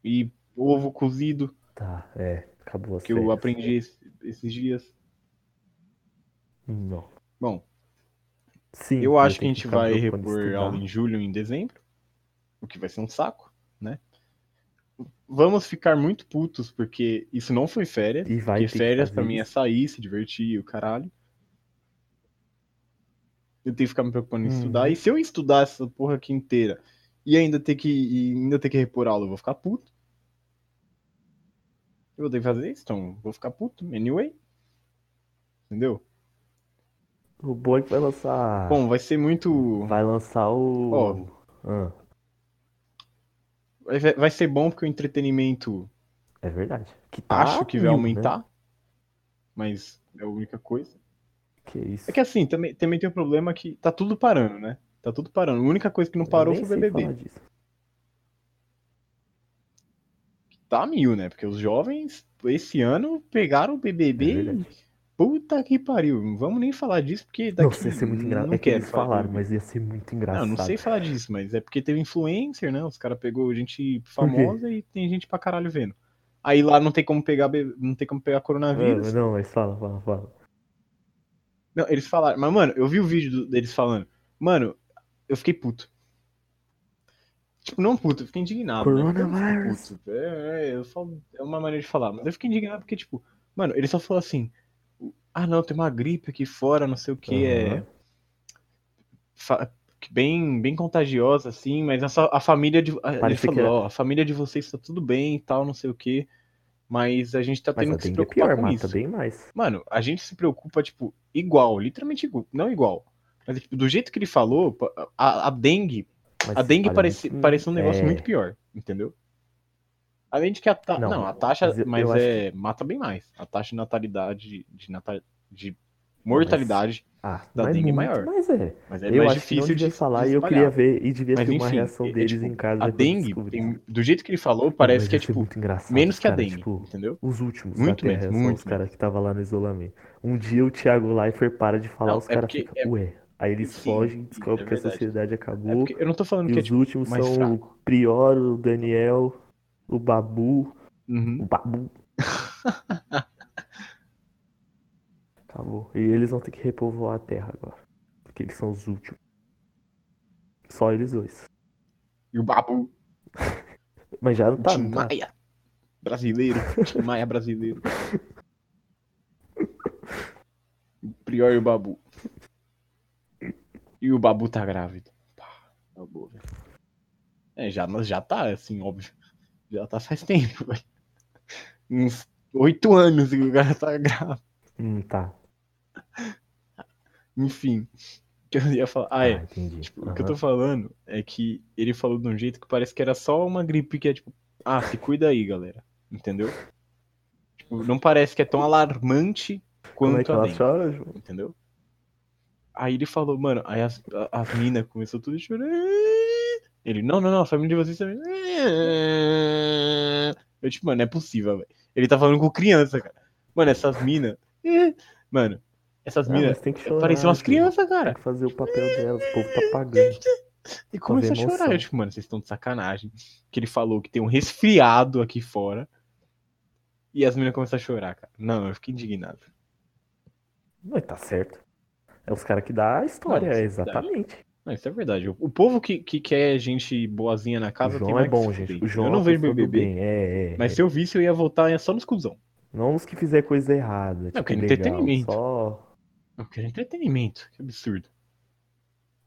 [SPEAKER 2] e ovo cozido,
[SPEAKER 1] Tá, é, acabou as
[SPEAKER 2] que eu
[SPEAKER 1] regras.
[SPEAKER 2] aprendi esse- esses dias.
[SPEAKER 1] Não.
[SPEAKER 2] Bom,
[SPEAKER 1] Sim,
[SPEAKER 2] Eu
[SPEAKER 1] vai
[SPEAKER 2] acho que
[SPEAKER 1] ter
[SPEAKER 2] a gente
[SPEAKER 1] ficar
[SPEAKER 2] vai
[SPEAKER 1] preocupando em
[SPEAKER 2] repor
[SPEAKER 1] estudar.
[SPEAKER 2] aula em julho e em dezembro, o que vai ser um saco, né? Vamos ficar muito putos, porque isso não foi férias,
[SPEAKER 1] E vai
[SPEAKER 2] porque
[SPEAKER 1] ter que
[SPEAKER 2] férias
[SPEAKER 1] fazer
[SPEAKER 2] pra mim é
[SPEAKER 1] isso.
[SPEAKER 2] sair, se divertir, o caralho. Eu tenho que ficar me preocupando em
[SPEAKER 1] Uhum.
[SPEAKER 2] estudar, e se eu estudar essa porra aqui inteira e ainda ter que, e ainda ter que repor aula, eu vou ficar puto. Eu vou ter que fazer isso, então eu vou ficar puto, anyway. Entendeu?
[SPEAKER 1] O bom é que vai lançar.
[SPEAKER 2] Bom, vai ser muito.
[SPEAKER 1] Vai lançar o.
[SPEAKER 2] Ó.
[SPEAKER 1] Ah,
[SPEAKER 2] Vai, vai ser bom porque o entretenimento.
[SPEAKER 1] é verdade. Que tá
[SPEAKER 2] acho que vai
[SPEAKER 1] mil, né?
[SPEAKER 2] aumentar, mas é a única coisa.
[SPEAKER 1] né? Que isso.
[SPEAKER 2] É que assim, também, também tem o problema que tá tudo parando, né? Tá tudo parando. A única coisa que não
[SPEAKER 1] Eu
[SPEAKER 2] parou
[SPEAKER 1] nem
[SPEAKER 2] foi o
[SPEAKER 1] sei
[SPEAKER 2] BBB.
[SPEAKER 1] falar disso. é
[SPEAKER 2] Tá mil, né? Porque os jovens, esse ano, pegaram o
[SPEAKER 1] É
[SPEAKER 2] BBB e...
[SPEAKER 1] verdade.
[SPEAKER 2] Puta que pariu. Não vamos nem falar disso, porque daqui...
[SPEAKER 1] Nossa, ia ser muito engraçado.
[SPEAKER 2] não
[SPEAKER 1] É que eles
[SPEAKER 2] quero falar do
[SPEAKER 1] falaram,
[SPEAKER 2] BBB.
[SPEAKER 1] mas ia ser muito
[SPEAKER 2] Não, eu
[SPEAKER 1] engraçado.
[SPEAKER 2] não sei falar disso, mas é porque teve influencer, né? Os caras pegou gente famosa e tem gente pra caralho vendo. Aí lá não tem como pegar, be- não tem como pegar
[SPEAKER 1] Ah,
[SPEAKER 2] coronavírus.
[SPEAKER 1] não, mas fala, fala, fala.
[SPEAKER 2] Tá Não, eles falaram. Mas, mano, eu vi o vídeo do- deles falando. Mano, eu fiquei puto. Tipo, não puto, eu fiquei indignado. né? Eu não fico
[SPEAKER 1] Coronavirus.
[SPEAKER 2] puto. É, é, eu falo- é uma maneira de falar. Mas eu fiquei indignado porque, tipo, mano, ele só falou assim. Ah, não, tem uma gripe aqui fora, não sei o que, é
[SPEAKER 1] Aham.
[SPEAKER 2] fa- bem, bem contagiosa, assim, mas a, sua- a família de. a- Ele
[SPEAKER 1] Parecia que é.
[SPEAKER 2] falou, ó, a família de vocês tá tudo bem e tal, não sei o que. Mas a gente tá
[SPEAKER 1] Mas
[SPEAKER 2] tendo
[SPEAKER 1] a
[SPEAKER 2] que se
[SPEAKER 1] dengue é
[SPEAKER 2] preocupar
[SPEAKER 1] pior,
[SPEAKER 2] com
[SPEAKER 1] mata
[SPEAKER 2] isso.
[SPEAKER 1] bem mais.
[SPEAKER 2] Mano, a gente se preocupa, tipo, igual, literalmente igual, não igual. Mas, tipo, do jeito que ele falou, a, a dengue,
[SPEAKER 1] Mas
[SPEAKER 2] a
[SPEAKER 1] se
[SPEAKER 2] dengue
[SPEAKER 1] espalha
[SPEAKER 2] parece,
[SPEAKER 1] muito-
[SPEAKER 2] parece um negócio
[SPEAKER 1] é.
[SPEAKER 2] muito pior, entendeu? Além de que a taxa. Não,
[SPEAKER 1] Não,
[SPEAKER 2] a taxa,
[SPEAKER 1] mas eu-
[SPEAKER 2] mas
[SPEAKER 1] eu acho
[SPEAKER 2] é, mata bem mais. A taxa de natalidade, de, natal, de mortalidade,
[SPEAKER 1] Ah,
[SPEAKER 2] da
[SPEAKER 1] mas
[SPEAKER 2] dengue é
[SPEAKER 1] muito,
[SPEAKER 2] maior.
[SPEAKER 1] Mas é.
[SPEAKER 2] mas, é
[SPEAKER 1] Eu
[SPEAKER 2] mais
[SPEAKER 1] acho que não
[SPEAKER 2] difícil
[SPEAKER 1] devia
[SPEAKER 2] de
[SPEAKER 1] falar
[SPEAKER 2] de
[SPEAKER 1] e eu queria
[SPEAKER 2] espalhar.
[SPEAKER 1] ver e devia
[SPEAKER 2] Mas,
[SPEAKER 1] filmar
[SPEAKER 2] enfim,
[SPEAKER 1] a reação
[SPEAKER 2] é- é
[SPEAKER 1] deles
[SPEAKER 2] tipo,
[SPEAKER 1] em casa.
[SPEAKER 2] A
[SPEAKER 1] quando
[SPEAKER 2] dengue,
[SPEAKER 1] descobrir.
[SPEAKER 2] tem-
[SPEAKER 1] Pô,
[SPEAKER 2] do jeito que ele falou,
[SPEAKER 1] mas
[SPEAKER 2] parece que é,
[SPEAKER 1] ia ser
[SPEAKER 2] tipo,
[SPEAKER 1] muito engraçado,
[SPEAKER 2] menos que a
[SPEAKER 1] cara,
[SPEAKER 2] dengue,
[SPEAKER 1] tipo,
[SPEAKER 2] entendeu?
[SPEAKER 1] Os últimos
[SPEAKER 2] Muito
[SPEAKER 1] da Terra
[SPEAKER 2] menos,
[SPEAKER 1] são
[SPEAKER 2] muito
[SPEAKER 1] os caras que estavam lá no isolamento. Um dia o Thiago Leifert para de falar,
[SPEAKER 2] Não,
[SPEAKER 1] os
[SPEAKER 2] é
[SPEAKER 1] caras
[SPEAKER 2] porque-
[SPEAKER 1] ficam, ué. Aí eles
[SPEAKER 2] Sim,
[SPEAKER 1] fogem,
[SPEAKER 2] sim,
[SPEAKER 1] descobrem
[SPEAKER 2] é
[SPEAKER 1] que a
[SPEAKER 2] verdade.
[SPEAKER 1] sociedade
[SPEAKER 2] É
[SPEAKER 1] acabou.
[SPEAKER 2] porque eu não tô falando
[SPEAKER 1] E
[SPEAKER 2] que é,
[SPEAKER 1] os
[SPEAKER 2] tipo,
[SPEAKER 1] últimos
[SPEAKER 2] mais
[SPEAKER 1] são
[SPEAKER 2] fraco.
[SPEAKER 1] o Prior, o Daniel, o Babu.
[SPEAKER 2] uhum,
[SPEAKER 1] O Babu. Acabou. Tá E eles vão ter que repovoar a Terra agora. Porque eles são os últimos. Só eles dois.
[SPEAKER 2] e o babu.
[SPEAKER 1] Mas já não tá.
[SPEAKER 2] Tim
[SPEAKER 1] não tá.
[SPEAKER 2] Maia brasileiro. Tim Maia brasileiro. O Prior e o Babu. E o Babu tá grávido. Pá, tá boa, velho. É, já, mas já tá, assim, óbvio. Já tá faz tempo, velho. Uns oito anos que o cara tá grávido.
[SPEAKER 1] Hum, tá.
[SPEAKER 2] Enfim. O que eu ia falar? Ah, é.
[SPEAKER 1] Ah, entendi.
[SPEAKER 2] Tipo, O que eu
[SPEAKER 1] Aham.
[SPEAKER 2] tô falando é que ele falou de um jeito que parece que era só uma gripe que é tipo, ah, se cuida aí, galera. Entendeu? Tipo, não parece que é tão alarmante
[SPEAKER 1] Como é
[SPEAKER 2] quanto
[SPEAKER 1] que
[SPEAKER 2] a
[SPEAKER 1] ela
[SPEAKER 2] dengue,
[SPEAKER 1] chora, João?
[SPEAKER 2] entendeu? Aí ele falou, mano, aí as, a- as minas começou tudo chorando. Ele, não, não, não, a família de vocês também. Eu, tipo, mano, não é possível, velho. Ele tá falando com criança, cara. Mano, essas minas. Mano, essas
[SPEAKER 1] Ah,
[SPEAKER 2] minas
[SPEAKER 1] mas tem que chorar.
[SPEAKER 2] pareciam umas
[SPEAKER 1] João.
[SPEAKER 2] crianças, cara.
[SPEAKER 1] Tem que fazer o papel delas. O povo tá pagando.
[SPEAKER 2] E começa a
[SPEAKER 1] ver emoção.
[SPEAKER 2] chorar. Eu, tipo, mano, vocês estão de sacanagem. Que ele falou que tem um resfriado aqui fora. E as meninas começam a chorar, cara. Não, eu fiquei indignado.
[SPEAKER 1] Mas tá certo. É os caras que dá a história,
[SPEAKER 2] Não, isso é
[SPEAKER 1] exatamente.
[SPEAKER 2] Não, isso é verdade. O, o povo que, que quer gente boazinha na casa
[SPEAKER 1] o
[SPEAKER 2] tem
[SPEAKER 1] João
[SPEAKER 2] mais
[SPEAKER 1] é
[SPEAKER 2] que
[SPEAKER 1] bom,
[SPEAKER 2] se
[SPEAKER 1] gente.
[SPEAKER 2] fuder.
[SPEAKER 1] O João
[SPEAKER 2] eu
[SPEAKER 1] é
[SPEAKER 2] não
[SPEAKER 1] uma
[SPEAKER 2] vejo
[SPEAKER 1] pessoa do
[SPEAKER 2] BBB,
[SPEAKER 1] bem, É, é,
[SPEAKER 2] mas
[SPEAKER 1] é.
[SPEAKER 2] se eu visse, eu ia voltar só nos cuzão.
[SPEAKER 1] Não os que fizer coisa errada. Tipo,
[SPEAKER 2] porque é
[SPEAKER 1] legal,
[SPEAKER 2] entretenimento.
[SPEAKER 1] Só.
[SPEAKER 2] Eu quero é entretenimento. Que absurdo.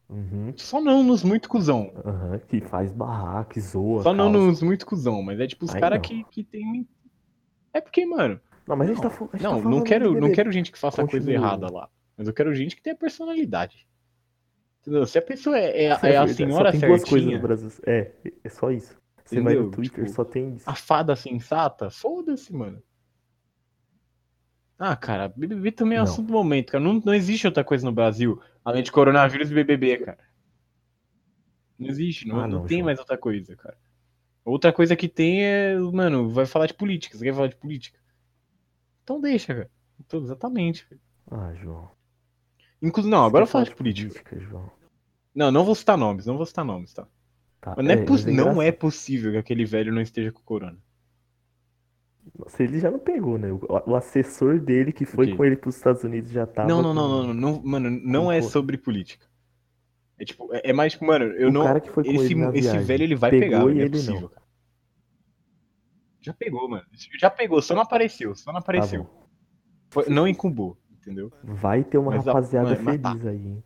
[SPEAKER 1] Uhum,
[SPEAKER 2] Só não nos muito cuzão.
[SPEAKER 1] aham, que faz barraco, que zoa.
[SPEAKER 2] Só não
[SPEAKER 1] causa.
[SPEAKER 2] nos muito cuzão. Mas é tipo os
[SPEAKER 1] Aí
[SPEAKER 2] caras
[SPEAKER 1] não.
[SPEAKER 2] que, que tem. É porque, mano.
[SPEAKER 1] Não, mas a gente
[SPEAKER 2] Não,
[SPEAKER 1] tá, fo- a gente tá
[SPEAKER 2] Não,
[SPEAKER 1] falando
[SPEAKER 2] não
[SPEAKER 1] do
[SPEAKER 2] quero, não
[SPEAKER 1] BBB.
[SPEAKER 2] quero gente que faça coisa
[SPEAKER 1] Continua.
[SPEAKER 2] errada lá. Mas eu quero gente que tenha personalidade. Entendeu? Se a pessoa é, é-
[SPEAKER 1] Isso
[SPEAKER 2] é a
[SPEAKER 1] verdade.
[SPEAKER 2] senhora
[SPEAKER 1] só tem duas coisas no
[SPEAKER 2] certinha,
[SPEAKER 1] Brasil. É, é só isso. Você vai no
[SPEAKER 2] Entendeu?
[SPEAKER 1] Twitter,
[SPEAKER 2] Tipo,
[SPEAKER 1] só tem isso.
[SPEAKER 2] a fada sensata, foda-se, mano. Ah, cara, BBB também é
[SPEAKER 1] Não.
[SPEAKER 2] assunto do momento, cara. Não, não existe outra coisa no Brasil além de coronavírus e BBB, cara. Não existe, não,
[SPEAKER 1] Ah,
[SPEAKER 2] não
[SPEAKER 1] não,
[SPEAKER 2] tem
[SPEAKER 1] João.
[SPEAKER 2] mais outra coisa, cara. Outra coisa que tem é, mano, vai falar de política. Você quer falar de política? Então deixa, cara. Então, exatamente.
[SPEAKER 1] Ah, João.
[SPEAKER 2] Inclusive, não,
[SPEAKER 1] Você
[SPEAKER 2] agora eu
[SPEAKER 1] quer
[SPEAKER 2] falo
[SPEAKER 1] falar
[SPEAKER 2] de política.
[SPEAKER 1] João.
[SPEAKER 2] Não, não vou citar nomes, não vou citar nomes, tá?
[SPEAKER 1] Tá,
[SPEAKER 2] Mas não é,
[SPEAKER 1] mas
[SPEAKER 2] poss- não
[SPEAKER 1] engraçado.
[SPEAKER 2] é possível que aquele velho não esteja com corona.
[SPEAKER 1] Nossa, ele já não pegou, né? O, o assessor dele que foi
[SPEAKER 2] quê?
[SPEAKER 1] com ele pros Estados Unidos já tava.
[SPEAKER 2] não, não,
[SPEAKER 1] com-
[SPEAKER 2] não, não, não, não, mano, não é
[SPEAKER 1] cor.
[SPEAKER 2] sobre política. É tipo, é, é mais tipo, mano, eu
[SPEAKER 1] o
[SPEAKER 2] não.
[SPEAKER 1] cara que foi com
[SPEAKER 2] Esse,
[SPEAKER 1] ele na
[SPEAKER 2] esse
[SPEAKER 1] viagem.
[SPEAKER 2] velho ele vai
[SPEAKER 1] Pegou
[SPEAKER 2] pegar, velho,
[SPEAKER 1] e
[SPEAKER 2] não é
[SPEAKER 1] ele
[SPEAKER 2] possível,
[SPEAKER 1] não.
[SPEAKER 2] cara. Já pegou, mano. Já pegou, só não apareceu, só não
[SPEAKER 1] Tá
[SPEAKER 2] apareceu.
[SPEAKER 1] bom.
[SPEAKER 2] Foi- não incumbou, entendeu?
[SPEAKER 1] Vai ter uma
[SPEAKER 2] Mas a-
[SPEAKER 1] rapaziada
[SPEAKER 2] mano, mas
[SPEAKER 1] feliz
[SPEAKER 2] tá.
[SPEAKER 1] aí, hein?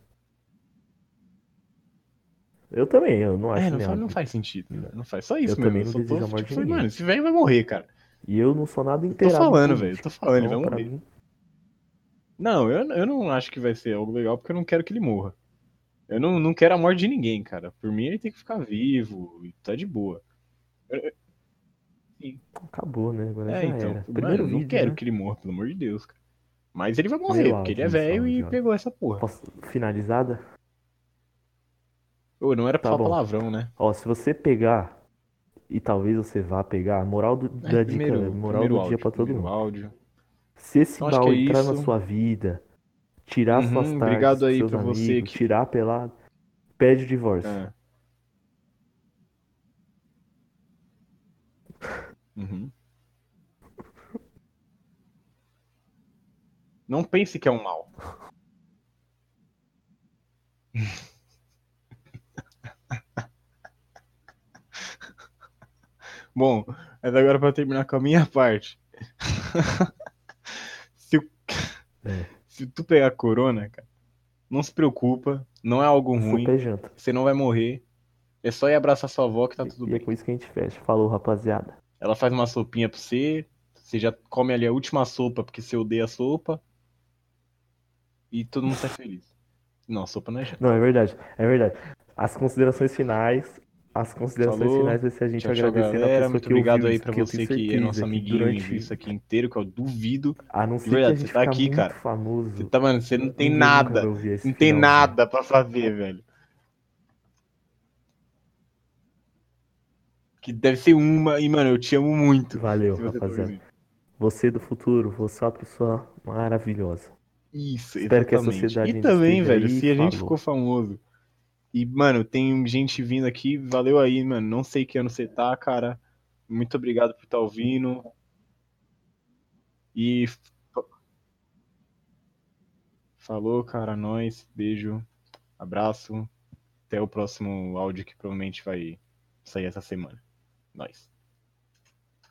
[SPEAKER 1] Eu também, eu não acho
[SPEAKER 2] é, não,
[SPEAKER 1] mesmo.
[SPEAKER 2] faz, não faz sentido. né? Não faz. Só isso
[SPEAKER 1] Eu
[SPEAKER 2] mesmo.
[SPEAKER 1] também
[SPEAKER 2] eu
[SPEAKER 1] não
[SPEAKER 2] só
[SPEAKER 1] desejo a
[SPEAKER 2] tô,
[SPEAKER 1] morte de
[SPEAKER 2] tipo, falei,
[SPEAKER 1] ninguém.
[SPEAKER 2] mano, esse velho vai morrer, cara.
[SPEAKER 1] E eu não sou nada
[SPEAKER 2] Tô
[SPEAKER 1] inteirado. em
[SPEAKER 2] falando, velho.
[SPEAKER 1] política,
[SPEAKER 2] Tô falando, ele um vai
[SPEAKER 1] então, pra
[SPEAKER 2] morrer.
[SPEAKER 1] mim,
[SPEAKER 2] Não, eu, eu não acho que vai ser algo legal porque eu não quero que ele morra. Eu não, não quero a morte de ninguém, cara. Por mim, ele tem que ficar vivo e tá de boa.
[SPEAKER 1] acabou, né? Agora
[SPEAKER 2] É,
[SPEAKER 1] já
[SPEAKER 2] então.
[SPEAKER 1] era.
[SPEAKER 2] Mano,
[SPEAKER 1] Primeiro
[SPEAKER 2] eu não
[SPEAKER 1] vídeo,
[SPEAKER 2] quero
[SPEAKER 1] né?
[SPEAKER 2] que ele morra, pelo amor de Deus, cara. Mas ele vai
[SPEAKER 1] Sei
[SPEAKER 2] morrer,
[SPEAKER 1] lá,
[SPEAKER 2] porque ele é
[SPEAKER 1] quem sabe,
[SPEAKER 2] velho e
[SPEAKER 1] cara.
[SPEAKER 2] pegou essa porra.
[SPEAKER 1] Posso... Finalizada?
[SPEAKER 2] Ô, não era pra
[SPEAKER 1] Tá
[SPEAKER 2] falar
[SPEAKER 1] bom.
[SPEAKER 2] palavrão, né?
[SPEAKER 1] Ó, se você pegar, e talvez você vá pegar, a moral do- da dica,
[SPEAKER 2] É,
[SPEAKER 1] né?
[SPEAKER 2] primeiro,
[SPEAKER 1] moral
[SPEAKER 2] primeiro
[SPEAKER 1] do
[SPEAKER 2] áudio,
[SPEAKER 1] dia pra todo
[SPEAKER 2] primeiro
[SPEAKER 1] mundo.
[SPEAKER 2] áudio.
[SPEAKER 1] Se esse
[SPEAKER 2] Então, acho
[SPEAKER 1] baú
[SPEAKER 2] que é
[SPEAKER 1] entrar na
[SPEAKER 2] isso.
[SPEAKER 1] sua vida, tirar
[SPEAKER 2] Uhum,
[SPEAKER 1] suas tardes
[SPEAKER 2] obrigado
[SPEAKER 1] com
[SPEAKER 2] aí
[SPEAKER 1] seus
[SPEAKER 2] pra
[SPEAKER 1] amigos,
[SPEAKER 2] você que-
[SPEAKER 1] tirar pelado, pede o divórcio.
[SPEAKER 2] É. Uhum. Não pense que é um mal. Bom, mas agora para terminar com a minha parte. se, o-
[SPEAKER 1] É.
[SPEAKER 2] se tu pegar corona, cara, não se preocupa, não é algo ruim,
[SPEAKER 1] Super janta.
[SPEAKER 2] você não vai morrer. É só ir abraçar sua avó que tá tudo
[SPEAKER 1] E é
[SPEAKER 2] bem.
[SPEAKER 1] com isso que a gente fecha. Falou, rapaziada.
[SPEAKER 2] Ela faz uma sopinha pra você, Você já come ali a última sopa porque você odeia a sopa. E todo mundo sai feliz. Não, a sopa não é janta.
[SPEAKER 1] Não, é verdade, é verdade. As considerações finais. As considerações
[SPEAKER 2] Falou.
[SPEAKER 1] finais vai ser a gente
[SPEAKER 2] Tchau, tchau,
[SPEAKER 1] agradecendo a
[SPEAKER 2] galera.
[SPEAKER 1] pessoa
[SPEAKER 2] Muito
[SPEAKER 1] que
[SPEAKER 2] obrigado
[SPEAKER 1] ouviu
[SPEAKER 2] aí
[SPEAKER 1] isso,
[SPEAKER 2] pra
[SPEAKER 1] que eu
[SPEAKER 2] você
[SPEAKER 1] tenho
[SPEAKER 2] que é
[SPEAKER 1] certeza
[SPEAKER 2] nosso amiguinho e
[SPEAKER 1] durante...
[SPEAKER 2] viu isso aqui inteiro, que eu duvido.
[SPEAKER 1] A não ser que
[SPEAKER 2] Verdade,
[SPEAKER 1] a
[SPEAKER 2] você
[SPEAKER 1] gente
[SPEAKER 2] tá
[SPEAKER 1] ficar
[SPEAKER 2] aqui,
[SPEAKER 1] muito
[SPEAKER 2] cara.
[SPEAKER 1] famoso.
[SPEAKER 2] Você tá, mano, você não tem
[SPEAKER 1] ninguém nunca
[SPEAKER 2] nada.
[SPEAKER 1] vai ouvir esse
[SPEAKER 2] Não tem
[SPEAKER 1] final,
[SPEAKER 2] nada pra fazer, velho. Que deve ser uma. E, mano, eu te amo muito.
[SPEAKER 1] velho. Valeu,
[SPEAKER 2] se você tá
[SPEAKER 1] rapaziada.
[SPEAKER 2] ouvindo.
[SPEAKER 1] Você do futuro, você é uma pessoa maravilhosa.
[SPEAKER 2] Isso,
[SPEAKER 1] Espero que a
[SPEAKER 2] exatamente.
[SPEAKER 1] sociedade
[SPEAKER 2] E
[SPEAKER 1] ainda
[SPEAKER 2] também,
[SPEAKER 1] esteja
[SPEAKER 2] velho,
[SPEAKER 1] aí,
[SPEAKER 2] se a gente
[SPEAKER 1] falou.
[SPEAKER 2] ficou famoso. E, mano, tem gente vindo aqui. Valeu aí, mano. Não sei que ano você tá, cara. Muito obrigado por estar ouvindo. E. f- Falou, cara. Nós. Beijo. Abraço. Até o próximo áudio que provavelmente vai sair essa semana. Nós.